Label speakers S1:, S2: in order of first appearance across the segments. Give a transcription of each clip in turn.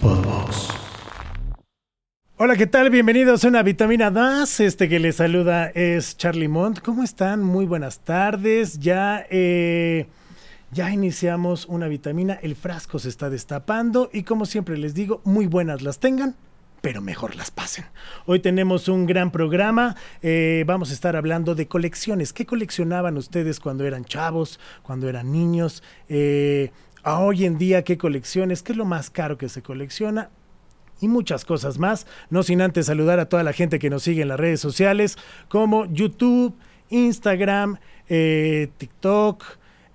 S1: Podbox.
S2: Hola, ¿qué tal? Bienvenidos a una vitamina más. Este que les saluda es Charlie Mont. ¿Cómo están? Muy buenas tardes. Ya, eh, ya iniciamos una vitamina. El frasco se está destapando y como siempre les digo, muy buenas las tengan. Pero mejor las pasen. Hoy tenemos un gran programa. Eh, vamos a estar hablando de colecciones. ¿Qué coleccionaban ustedes cuando eran chavos, cuando eran niños? Eh, a hoy en día, ¿qué colecciones? ¿Qué es lo más caro que se colecciona? y muchas cosas más. No sin antes saludar a toda la gente que nos sigue en las redes sociales como YouTube, Instagram, eh, TikTok,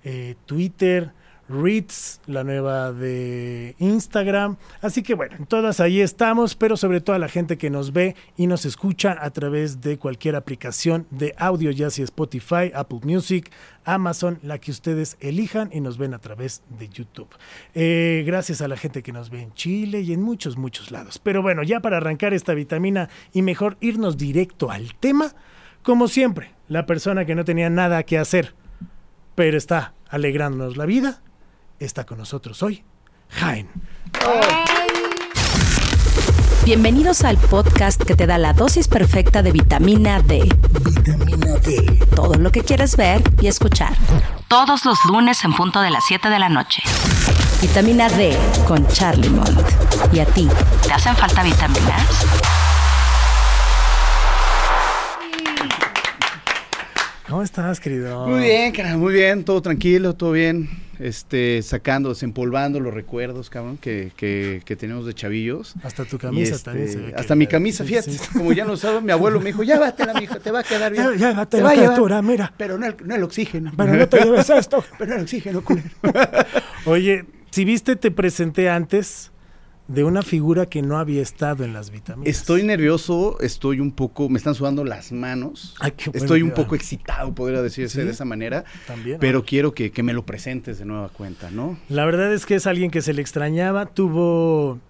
S2: eh, Twitter. Reads, la nueva de Instagram. Así que bueno, en todas ahí estamos, pero sobre todo a la gente que nos ve y nos escucha a través de cualquier aplicación de audio, ya sea Spotify, Apple Music, Amazon, la que ustedes elijan y nos ven a través de YouTube. Eh, gracias a la gente que nos ve en Chile y en muchos, muchos lados. Pero bueno, ya para arrancar esta vitamina y mejor irnos directo al tema, como siempre, la persona que no tenía nada que hacer, pero está alegrándonos la vida, está con nosotros hoy, Jaén.
S3: Bienvenidos al podcast que te da la dosis perfecta de vitamina D.
S1: Vitamina D.
S3: Todo lo que quieres ver y escuchar. Todos los lunes en punto de las 7 de la noche. Vitamina D con Charlie Mont. ¿Y a ti? ¿Te hacen falta vitaminas?
S2: ¿Cómo estás, querido?
S4: Muy bien, cara, muy bien, todo tranquilo, todo bien. Este, sacando, desempolvando los recuerdos, cabrón, que, que, que tenemos de chavillos.
S2: Hasta tu
S4: Y,
S2: camisa
S4: este,
S2: también se ve.
S4: Hasta
S2: que-
S4: mi camisa,
S2: sí,
S4: fíjate.
S2: sí.
S4: Como ya no usaba, mi abuelo me dijo, ya bátela, mijo, te va a quedar bien.
S2: Ya- ya bátela,
S4: va a llevar,
S2: criatura, mira.
S4: Pero no el, no el oxígeno.
S2: Pero no te lleves esto.
S4: Pero no el oxígeno, culero.
S2: Oye, si viste, te presenté antes de una figura que no había estado en las vitaminas.
S4: Estoy nervioso, estoy un poco, me están sudando las manos.
S2: Ay, qué bueno,
S4: estoy un
S2: ya.
S4: poco excitado, podría decirse
S2: ¿Sí?
S4: de esa manera.
S2: También,
S4: Pero
S2: ah.
S4: quiero que, que me lo presentes de nueva cuenta, ¿no?
S2: La verdad es que es alguien que se le extrañaba, tuvo...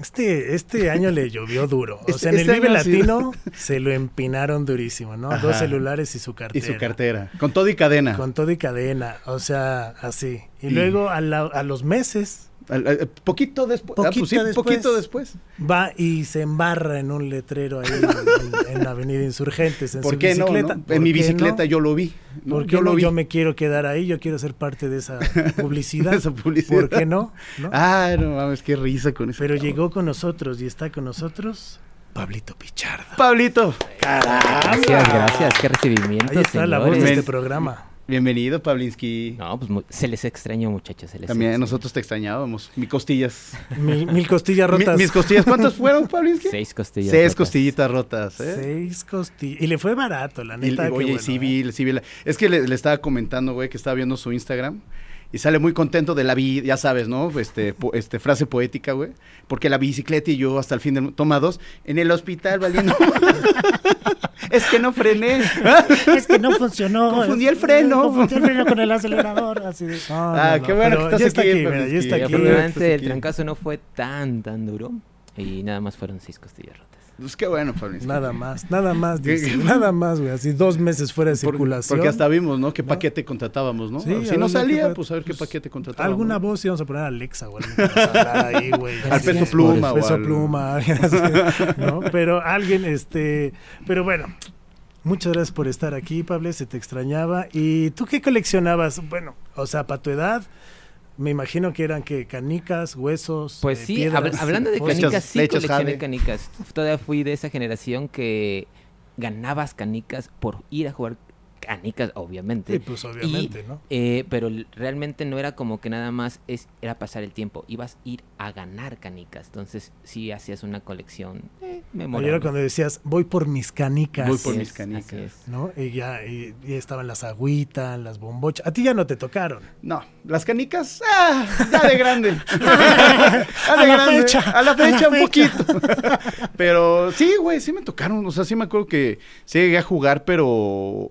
S2: Este, este año le llovió duro. O
S4: Este-
S2: sea, en
S4: este
S2: el Vive
S4: año ha sido-
S2: Latino se lo empinaron durísimo, ¿no? Dos
S4: Ajá.
S2: celulares y su
S4: Y
S2: cartera.
S4: su cartera. Con todo y cadena.
S2: Con todo y cadena, o sea, así. Y
S4: Y-
S2: luego a, la- a los meses
S4: Al- al- poquito después.
S2: Poquito después.
S4: Poquito después.
S2: va y se embarra en un letrero ahí en- en, la Avenida Insurgentes, en
S4: ¿Por
S2: su
S4: qué no,
S2: bicicleta.
S4: no?
S2: ¿Por
S4: En mi
S2: qué
S4: bicicleta
S2: no?
S4: yo lo vi. ¿no?
S2: ¿Por qué
S4: yo
S2: no?
S4: lo vi.
S2: Yo me quiero quedar ahí, yo quiero ser parte de esa publicidad.
S4: De esa publicidad.
S2: ¿Por qué no? ¿No?
S4: Ah, no mames, qué risa con eso.
S2: Pero llegó con nosotros y está con nosotros Pablito Pichardo.
S4: Pablito,
S5: Gracias, gracias. Qué recibimiento,
S2: Ahí está la voz de
S5: señores.
S2: este
S4: Men-
S2: programa.
S4: bienvenido, Pablinsky.
S5: No, pues muy- se les extrañó, muchachos. Se les
S4: También
S5: extrañó.
S4: nosotros te extrañábamos. Mi costillas.
S2: Mil, mil costillas
S4: Mi-
S2: rotas.
S4: mis costillas, ¿cuántas fueron, Pablinsky?
S5: Seis costillas.
S4: Seis
S5: rotas.
S4: costillitas rotas, ¿eh?
S2: Seis costillas. Y le fue barato, la
S4: Y,
S2: neta.
S4: y-
S2: qué
S4: oye,
S2: bueno,
S4: sí
S2: ¿eh?
S4: vi, sí vi la- Es que le, le estaba comentando, güey, que estaba viendo su Instagram y sale muy contento de la vida, ya sabes, ¿no? Este, po- este frase poética, güey. Porque la bicicleta y yo hasta el fin del mu- toma dos en el hospital valiendo. es que no frené.
S2: Es que no funcionó.
S4: Confundí el freno.
S2: Confundí el freno con el acelerador. Así de- No, no,
S4: Ah,
S2: no,
S4: qué bueno
S2: pero
S4: que estás
S2: ya está
S4: aquí,
S2: aquí, mira, ya
S4: Francisco.
S2: está
S5: Y
S2: aquí.
S4: Estás
S5: afortunadamente el
S4: aquí.
S5: trancazo no fue tan, tan duro. Y nada más fueron seis costillas rotas.
S4: Pues qué bueno, Pablo.
S2: Nada más, nada más,
S4: ¿Qué-
S2: dice,
S4: qué-
S2: nada más, güey. Así dos meses fuera de
S4: Por-
S2: circulación.
S4: Porque hasta vimos, ¿no? Qué paquete contratábamos, ¿no?
S2: Sí, a
S4: si
S2: ver,
S4: no
S2: ¿qué
S4: salía,
S2: pa-
S4: pues a ver qué paquete contratábamos.
S2: Alguna voz íbamos a poner a Alexa, güey. para hablar ahí, güey.
S4: Al
S2: Sí,
S4: peso
S2: sí,
S4: pluma,
S2: al
S4: o
S2: Peso
S4: al-
S2: pluma, alguien así, ¿no? Pero alguien, este. Pero bueno. Muchas gracias por estar aquí, Pablo. Se te extrañaba. ¿Y tú qué coleccionabas? Bueno, o sea, para tu edad, me imagino que eran que canicas, huesos.
S5: Pues
S2: eh,
S5: sí,
S2: piedras,
S5: habl- hablando de
S2: fosas.
S4: Lechos-
S5: canicas, sí
S4: lechos
S5: coleccioné
S4: jade.
S5: canicas. Todavía fui de esa generación que ganabas canicas por ir a jugar canicas, obviamente.
S2: Sí, pues obviamente,
S5: Y,
S2: ¿no?
S5: eh, pero l- realmente no era como que nada más es, era pasar el tiempo, ibas a ir a ganar canicas. Entonces sí hacías una colección eh,
S2: Ayer era
S5: memorable.
S2: cuando decías, voy por mis canicas.
S4: Voy por
S5: Así
S4: mis
S5: es,
S4: canicas.
S5: así es.
S2: ¿No? Y ya, y- y estaban las agüitas, las bombochas. A ti ya no te tocaron.
S4: No, las canicas, ah, ya de grande. Ya
S2: A la fecha,
S4: A la
S2: a la
S4: fecha un
S2: fecha.
S4: poquito. pero sí, güey, sí me tocaron. O sea, sí me acuerdo que sí llegué a jugar, pero.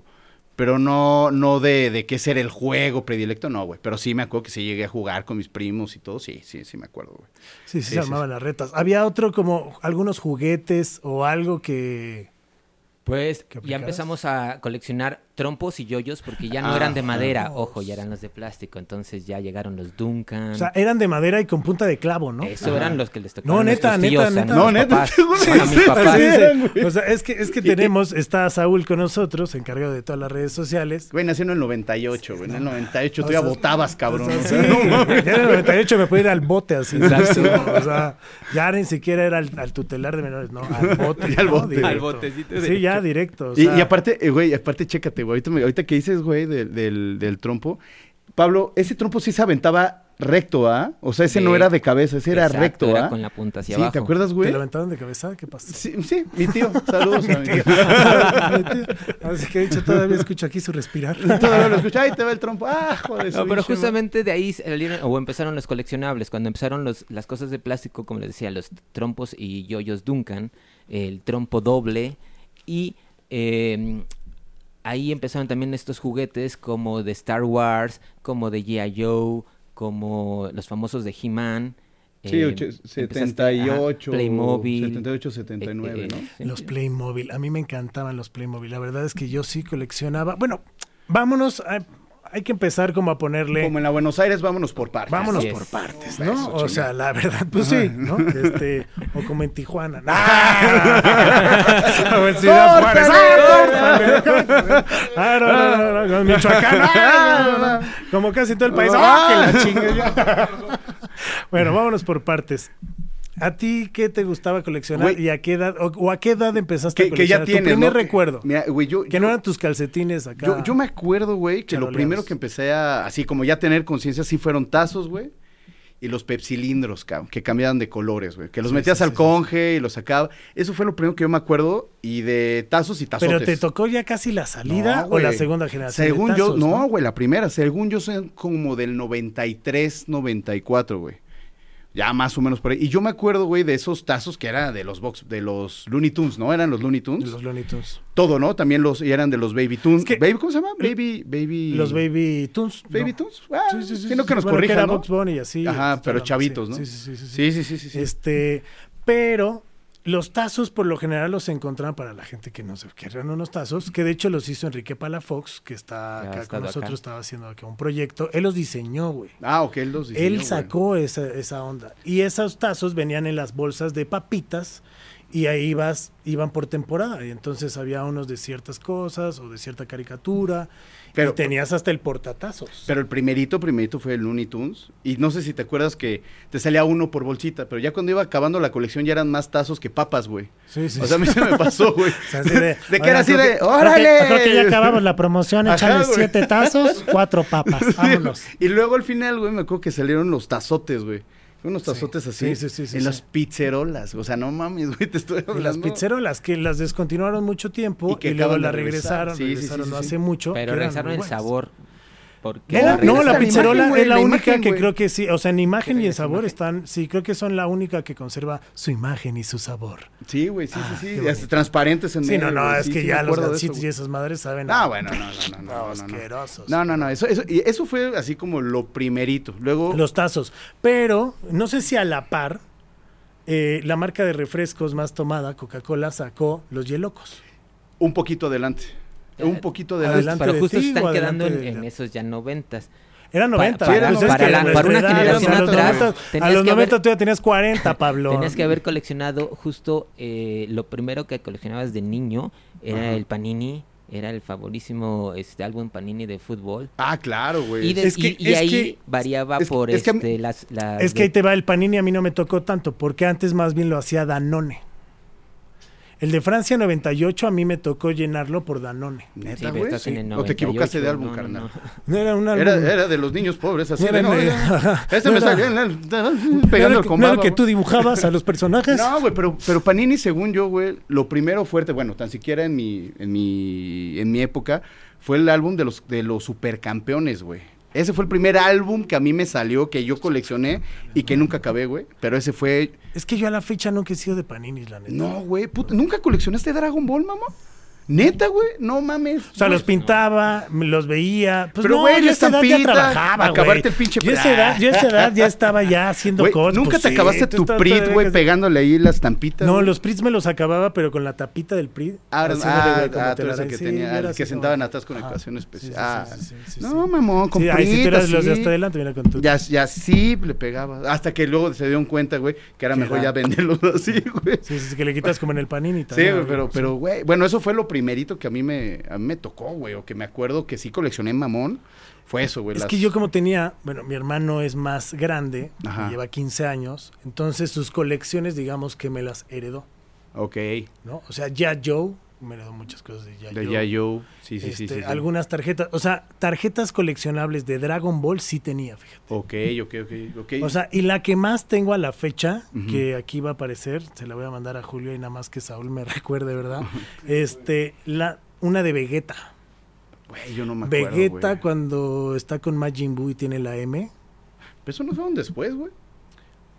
S4: Pero no, no de, de qué ser el juego predilecto, no, güey. Pero sí me acuerdo que sí llegué a jugar con mis primos y todo. Sí, sí, sí me acuerdo, güey.
S2: Sí, sí,
S4: Sí,
S2: se
S4: sí,
S2: armaban las retas. Había otro como algunos juguetes o algo que...
S5: Pues
S2: Pues, ¿Qué
S5: ya
S2: aplicabas?
S5: empezamos a coleccionar trompos y yoyos porque ya no
S4: Ah,
S5: eran de madera,
S2: vamos.
S5: ojo, ya eran los de plástico. Entonces ya llegaron los Duncan.
S2: O sea, eran de madera y con punta de clavo, ¿no?
S5: Eso
S4: Ajá.
S5: eran los que les
S2: No,
S5: tocaron. los
S2: neta, neta,
S5: costillos, a
S2: neta.
S5: mis
S4: No, neta,
S5: papás,
S4: seguro
S5: a mis
S4: sí,
S5: papás.
S2: Así
S4: eran,
S2: es.
S4: güey.
S2: O sea, es que, es que tenemos, está Saúl con nosotros, encargado de todas las redes sociales.
S4: Güey, nació en el 98, güey. En el 98 tú
S2: O
S4: ya
S2: sea,
S4: votabas, cabrón.
S2: O sea,
S4: O
S2: sí,
S4: sea, no mames.
S2: ya en el 98 me pude ir al bote así. O sea, ya ni siquiera era al, al tutelar de menores, no, al bote.
S4: Ya al
S2: ¿no?
S4: bote.
S2: Directo.
S5: Al botecito
S2: Sí,
S5: derecho.
S2: ya directo. o
S4: Y,
S2: sea,
S4: y aparte, eh, güey, aparte, chécate, güey. Ahorita, me- ahorita que dices, güey, del, del, del trompo. Pablo, ese trompo sí se aventaba recto, ¿ah? O sea, ese
S5: Sí.
S4: no era de cabeza, ese era
S5: Exacto,
S4: recto,
S5: era
S4: ¿ah?
S5: con la punta hacia
S4: sí,
S5: abajo.
S4: ¿te acuerdas,
S2: ¿Te
S4: güey?
S2: levantaron de cabeza? ¿Qué pasó?
S4: Sí, sí, mi tío. Saludos a mi tío.
S2: Así que de hecho todavía escucho aquí su respirar.
S4: Todavía lo escucha, ahí te va el trompo. Ah, joder.
S5: No,
S4: su pinche
S5: pero
S4: madre.
S5: justamente de ahí salieron o empezaron los coleccionables. Cuando empezaron los, las cosas de plástico, como les decía, los trompos y yoyos Duncan, el trompo doble y eh, ahí empezaron también estos juguetes como de Star Wars, como de G.I. Joe, como los famosos de He-Man.
S4: Sí,
S5: eh,
S4: ocho-
S5: empezaste, ajá,
S4: 78.
S5: Playmobil.
S4: 78, 79,
S5: eh,
S4: ¿no?
S5: eh, sí.
S2: Los Playmobil, a mí me encantaban los Playmobil. La verdad es que yo sí coleccionaba. Bueno, vámonos, a- hay que empezar como a ponerle...
S4: Como en la Buenos Aires, vámonos por partes.
S2: eh, Vámonos
S5: Así
S2: por
S5: es.
S2: partes,
S4: Eso,
S2: ¿no? o
S4: chingada.
S2: sea, la verdad, pues sí, ¿no? Este, o como en Tijuana. ¡Ah! O en Ciudad Juárez. ¡Ah, córtame! ¡Ah, no, no, no, no! Con Michoacán. ¡Ah, no, no, no! Como casi todo el país. ¡Ah, que la chingue ya! Bueno, vámonos por partes. ¿A ti qué te gustaba coleccionar
S4: Güey.
S2: y a qué edad o, o a qué edad empezaste a
S4: Que, que
S2: coleccionar?
S4: ya tienes.
S2: Tu primer
S4: ¿no?
S2: recuerdo.
S4: Mira, güey, yo,
S2: que no eran tus calcetines acá.
S4: Yo, yo me acuerdo, güey, que lo
S2: Charoleados.
S4: primero que empecé a, así como ya tener conciencia, sí fueron tazos, güey. Y los pepsilindros, cabrón, que cambiaban de colores, güey. Que los
S2: Sí,
S4: metías
S2: sí,
S4: al
S2: sí, sí,
S4: conge y los sacaba. Eso fue lo primero que yo me acuerdo. Y de tazos y tazotes.
S2: Pero te tocó ya casi la salida
S4: No,
S2: o la
S4: güey.
S2: segunda generación. de
S4: Según yo,
S2: tazos,
S4: no, güey, la primera. Según yo, son como del 93, 94, güey. Ya más o menos por ahí. Y yo me acuerdo, güey, de esos tazos que era de los box, de los Looney Tunes, ¿no? Eran los Looney Tunes.
S2: Los Looney Tunes.
S4: Todo, ¿no? También los, y eran de los Baby Tunes.
S2: Es que-
S4: baby, ¿Cómo se llama? Baby, Baby.
S2: Los Baby Tunes.
S4: Baby
S2: no.
S4: Tunes. Ah,
S2: Sí, sí, sí,
S4: que no
S2: sí,
S4: que nos
S2: bueno,
S4: corrijan,
S2: era
S4: ¿no?
S2: Bugs Bunny y así.
S4: Ajá,
S2: etcétera,
S4: pero
S2: sí,
S4: chavitos, ¿no?
S2: Sí, sí, sí. sí, sí.
S4: Sí, sí, sí, sí. sí.
S2: Este, pero los tazos por lo general los encontraban para la gente que no se que eran unos tazos, que de hecho los hizo Enrique Palafox, que está acá
S5: Ya ha
S2: con
S5: estado
S2: nosotros,
S5: acá.
S2: estaba haciendo acá un proyecto. Él los diseñó, güey.
S4: Ah, ok, él los diseñó,
S2: Él
S4: güey.
S2: sacó esa, esa onda. Y esos tazos venían en las bolsas de papitas y ahí ibas, iban por temporada. Y entonces había unos de ciertas cosas o de cierta caricatura.
S4: Pero-
S2: y tenías hasta el portatazos.
S4: Pero el primerito, primerito fue el Looney Tunes. Y no sé si te acuerdas que te salía uno por bolsita, pero ya cuando iba acabando la colección ya eran más tazos que papas, güey.
S2: sí, sí.
S4: O sea, a mí se me pasó, güey.
S2: O sea, así
S4: de, que
S2: "Oigan,
S4: era así
S2: creo
S4: de,
S2: creo
S4: ¡órale!
S2: Creo que ya acabamos la promoción,
S4: Ajá,
S2: échale
S4: güey.
S2: siete tazos, cuatro papas,
S4: Sí,
S2: vámonos.
S4: Y luego al final, güey, me acuerdo que salieron los tazotes, güey. Unos tazotes
S2: Sí,
S4: así.
S2: sí, sí, sí,
S4: en
S2: sí.
S4: las pizzerolas. O sea, no mames, güey, te estoy hablando.
S2: Y las pizzerolas que las descontinuaron mucho tiempo
S4: Y
S2: y,
S4: que
S2: luego
S4: acaban de
S2: las regresaron,
S4: regresar. Sí, sí, sí,
S2: regresaron
S4: sí,
S2: no
S4: sí.
S2: hace mucho. que
S5: Pero
S2: eran
S5: regresaron
S2: muy
S5: el
S2: buenas.
S5: sabor. Porque
S2: No,
S4: Era-
S2: no, la
S4: regresa la
S2: pizzerola
S4: imagen, güey,
S2: es la,
S4: la
S2: única
S4: imagen,
S2: que
S4: güey.
S2: creo que sí, o sea, en imagen y en
S5: regresa
S2: sabor
S5: imagen.
S2: están, sí, creo que son la única que conserva su imagen y su sabor.
S4: Sí, güey, sí,
S2: Ah,
S4: sí,
S2: qué
S4: sí. hasta
S2: bonito.
S4: transparentes en
S2: Sí, no,
S4: medio,
S2: no,
S4: güey,
S2: es
S4: sí,
S2: que
S4: sí me
S2: ya los
S4: acuerdo de
S2: gancitos
S4: eso,
S2: y esas madres saben. a-
S4: Ah, bueno, no, no, no, no.
S2: No,
S4: no, no, no.
S2: asquerosos.
S4: No, no, no, eso, eso, y eso fue así como lo primerito. Luego,
S2: Los tazos. Pero no sé si a la par, eh, la marca de refrescos más tomada, Coca-Cola, sacó los hielocos.
S4: un poquito adelante. Un poquito adelante.
S2: Adelante
S5: pero
S2: de
S5: justo
S2: ti
S5: se
S2: o
S5: están
S2: adelante
S5: quedando en,
S2: de-
S5: en esos ya noventas.
S2: Eran
S5: Pa-
S2: 90.
S4: para-
S2: pues es
S4: para
S2: que
S4: la-
S2: de
S4: para
S2: nuestra
S4: una
S2: edad,
S4: generación
S2: a los
S4: atrás,
S2: 90,
S5: tenías
S2: a los
S5: que haber-
S2: 90 tú ya tenías 40, Pablo.
S5: Tenías que haber coleccionado justo eh, lo primero que coleccionabas de niño era el panini, era el favorísimo este álbum panini de fútbol.
S4: Ah, claro, güey.
S5: Y, de-
S2: Es que-
S5: y- y
S2: es
S5: ahí
S2: que-
S5: variaba
S4: es-
S5: por
S4: es que a mí-
S5: este, las, las
S2: Es que
S5: de-
S2: ahí te va el panini, a mí no me tocó tanto, porque antes más bien lo hacía Danone. El de Francia 98 a mí me tocó llenarlo por Danone.
S5: Sí,
S4: Neta,
S5: pero
S4: güey.
S5: estás en el
S4: O te equivocaste de
S5: 98,
S4: álbum,
S5: no, no,
S4: carnal.
S5: no.
S2: No era un álbum. eh,
S4: Era, era de los niños pobres, así
S2: No
S4: de,
S2: era
S4: no,
S2: de-
S4: ya. Este
S2: no
S4: me
S2: era-
S4: salió en el-
S2: No era
S4: pegando
S2: que-
S4: el
S2: no era
S4: combado.
S2: que tú dibujabas a los personajes.
S4: No, güey, pero, pero Panini, según yo, güey, lo primero fuerte, bueno, tan siquiera en mi, en mi, en mi época, fue el álbum de los, de los supercampeones, güey. Ese fue el primer álbum que a mí me salió, que yo coleccioné y que nunca acabé, güey. Pero ese fue.
S2: Es que yo a la fecha nunca he sido de paninis, la neta.
S4: No, güey, puta, ¿nunca coleccionaste Dragon Ball, mamá? Neta, güey, Pues no mames.
S2: O sea,
S4: güey.
S2: los pintaba, los veía. Pues
S4: Pero,
S2: no,
S4: güey,
S2: yo a esa edad ya
S4: estampita,
S2: trabajaba, güey.
S4: acabarte el pinche
S2: Yo a esa
S4: pla-
S2: edad, yo a esa edad ya estaba ya haciendo
S4: Güey,
S2: cosas.
S4: Nunca
S2: pues
S4: te
S2: sí,
S4: acabaste
S2: tú
S4: tu
S2: estás
S4: PRID,
S2: todavía
S4: güey,
S2: que-
S4: pegándole ahí las tampitas.
S2: No,
S4: güey.
S2: los Prits me los acababa, pero con la tapita del Prit.
S4: Ah,
S2: haciéndole,
S4: ah,
S2: güey, como
S4: ah, tú eres
S2: telaraña.
S4: el que
S2: Sí,
S4: tenía,
S2: yo era
S4: el que
S2: así como-
S4: sentaban atrás con
S2: Ajá.
S4: ecuación
S2: Sí, sí,
S4: especial.
S2: sí,
S4: Ah,
S2: sí, sí, sí,
S4: no,
S2: sí.
S4: mamón, con
S2: Sí, ahí sí tú
S4: prito,
S2: eras los de
S4: así.
S2: hasta adelante, mira con tu...
S4: Ya, ya sí le pegaba. Hasta que luego se dieron cuenta, güey, que era
S2: Que
S4: mejor
S2: era-
S4: ya venderlos así, güey.
S2: Sí, sí, sí, que le quitas como en el panini.
S4: Sí,
S2: también,
S4: güey,
S2: güey.
S4: pero, pero, güey, bueno, eso fue lo primerito que a mí me, a mí me tocó, güey, o que me acuerdo que sí coleccioné mamón, fue eso, güey.
S2: Es
S4: las-
S2: que yo como tenía, bueno, mi hermano es más grande,
S4: Ajá.
S2: me lleva 15 años, entonces sus colecciones digamos que me las heredó,
S4: Ok, de
S2: ¿no? O sea, ya Joe me heredó muchas cosas de ya Joe.
S4: ya yo, sí, sí, sí,
S2: Este,
S4: sí, sí.
S2: Algunas tarjetas, o sea, tarjetas coleccionables de Dragon Ball sí tenía, fíjate.
S4: Ok, ok, ok, ok.
S2: O sea, y la que más tengo a la fecha, que aquí va a aparecer, se la voy a mandar a Julio y nada más que Saúl me recuerde, ¿verdad? este, la, una de Vegeta.
S4: Güey, yo no me acuerdo,
S2: Vegeta
S4: güey.
S2: cuando está con Majin Buu y tiene la M.
S4: Pero eso no fueron después, güey.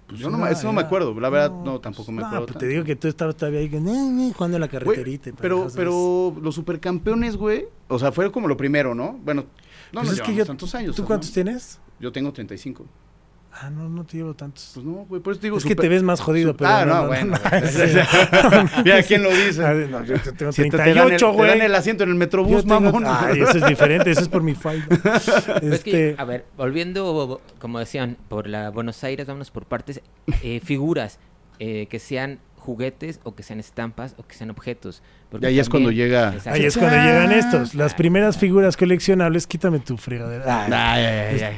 S2: Pues
S4: yo no,
S2: era-
S4: me- eso no me
S2: era-
S4: acuerdo, la verdad, no, tampoco me
S2: no,
S4: acuerdo.
S2: pues te
S4: tanto.
S2: digo que tú estabas todavía ahí que, "Ñe, ñe", jugando en la
S4: Güey,
S2: carreterita. y
S4: pero,
S2: pendejadas.
S4: pero los supercampeones, güey, o sea, fue como lo primero, ¿no? Bueno, no
S2: Pues
S4: nos
S2: es que
S4: llevamos
S2: yo-
S4: tantos años.
S2: ¿Tú
S4: ¿no?
S2: cuántos tienes?
S4: Yo tengo 35.
S2: Ah, no, no te llevo tantos.
S4: Pues no, güey, por eso te digo
S2: es que te ves más jodido, pero.
S4: Ah, no, bueno. Mira, ¿quién lo dice?
S2: Ah, no, yo te- tengo
S4: Si te- te dan el-
S2: 38,
S4: Te
S2: güey.
S4: dan el asiento en el
S2: Yo
S4: metrobús,
S2: tengo-
S4: mamón.
S2: Ay, eso es diferente, eso es por mi falda.
S5: Pero es que,
S2: Este,
S5: a ver, volviendo, como decían, por la Buenos Aires, vámonos por partes, eh, figuras eh, que sean juguetes o que sean estampas o que sean objetos.
S4: Y ahí es cuando llega-
S5: Exacto.
S2: ahí es cuando llegan estos. Las primeras figuras coleccionables, quítame tu fregadera.
S4: Ay, ay, ay, ay.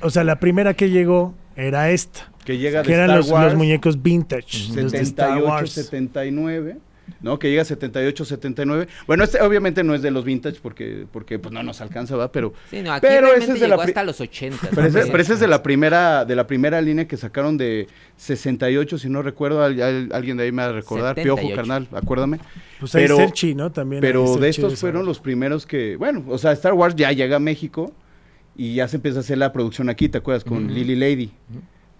S2: O sea, la primera que llegó era esta.
S4: Que llega
S2: Que
S4: de
S2: eran
S4: Star
S2: los, los
S4: Wars,
S2: muñecos vintage. Los de Star
S4: 78,
S2: Wars.
S4: 79. ¿No? Que llega 78, 79. Bueno, este obviamente no es de los vintage porque, porque pues, no nos alcanza, ¿va? Pero,
S5: Sí, no, aquí
S4: pero
S5: realmente
S4: ese es de la
S5: llegó
S4: pri-
S5: hasta los 80.
S4: Pero ese,
S5: también.
S4: pero ese es de la primera, de la primera línea que sacaron de 68, si no recuerdo, al- al- alguien de ahí me va a recordar, Piojo
S5: 78.
S4: carnal, acuérdame.
S2: Pues ahí
S4: Pero-
S2: Serchi, ¿no? También. ahí
S4: Pero de
S2: Serchi
S4: estos
S2: esa-
S4: fueron los primeros que, bueno, o sea, Star Wars ya llega a México y ya se empieza a hacer la producción aquí, ¿te acuerdas? Con Lily Lady,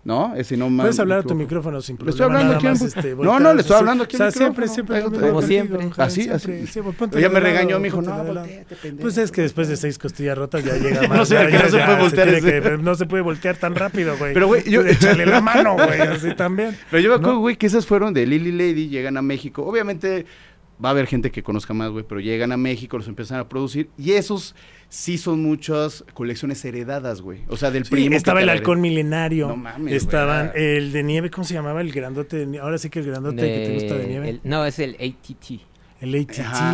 S4: ¿no? Ese no ma-
S2: Puedes hablar a
S4: me
S2: tu
S4: equivoco.
S2: micrófono sin
S4: Le
S2: problema.
S4: estoy hablando
S2: nada
S4: aquí al
S2: más,
S4: mi-
S2: este,
S4: No,
S2: volteas
S4: no, le estoy
S2: así.
S4: hablando
S2: O
S4: aquí
S2: sea,
S4: al
S2: siempre,
S4: micrófono.
S2: siempre. lo
S4: Como
S2: mismo contigo,
S5: siempre.
S2: Jaime,
S4: Así,
S2: siempre,
S4: así.
S2: siempre, ponte
S4: Ella
S2: de
S4: me
S2: lado,
S4: regañó, me dijo,
S2: ponte
S4: "No,
S2: de lado".
S4: volteate, pendejo.
S2: Pues es que después de seis costillas rotas ya llega
S4: No
S2: más,
S4: sé, que no se puede voltear
S2: tiene
S4: ese.
S2: que- no se puede voltear tan rápido, güey.
S4: Pero, güey, yo-
S2: Tú Échale la mano, güey, así también.
S4: Pero yo me acuerdo,
S2: ¿No?
S4: güey, que esas fueron de Lily Lady, llegan a México. Obviamente va a haber gente que conozca más, güey, pero llegan a México, los empiezan a producir. Y esos sí son muchas colecciones heredadas, güey. O sea, del
S2: Sí,
S4: primo. que
S2: estaba
S4: te
S2: el
S4: la
S2: halcón
S4: heredó.
S2: milenario.
S4: No mames,
S2: Estaban
S4: güey.
S2: el de nieve, ¿cómo se llamaba? El grandote de nieve. Ahora sí que el grandote que te gusta de
S5: De-
S2: nieve.
S5: el- no, es el ATT.
S2: El ATT,
S4: Ajá.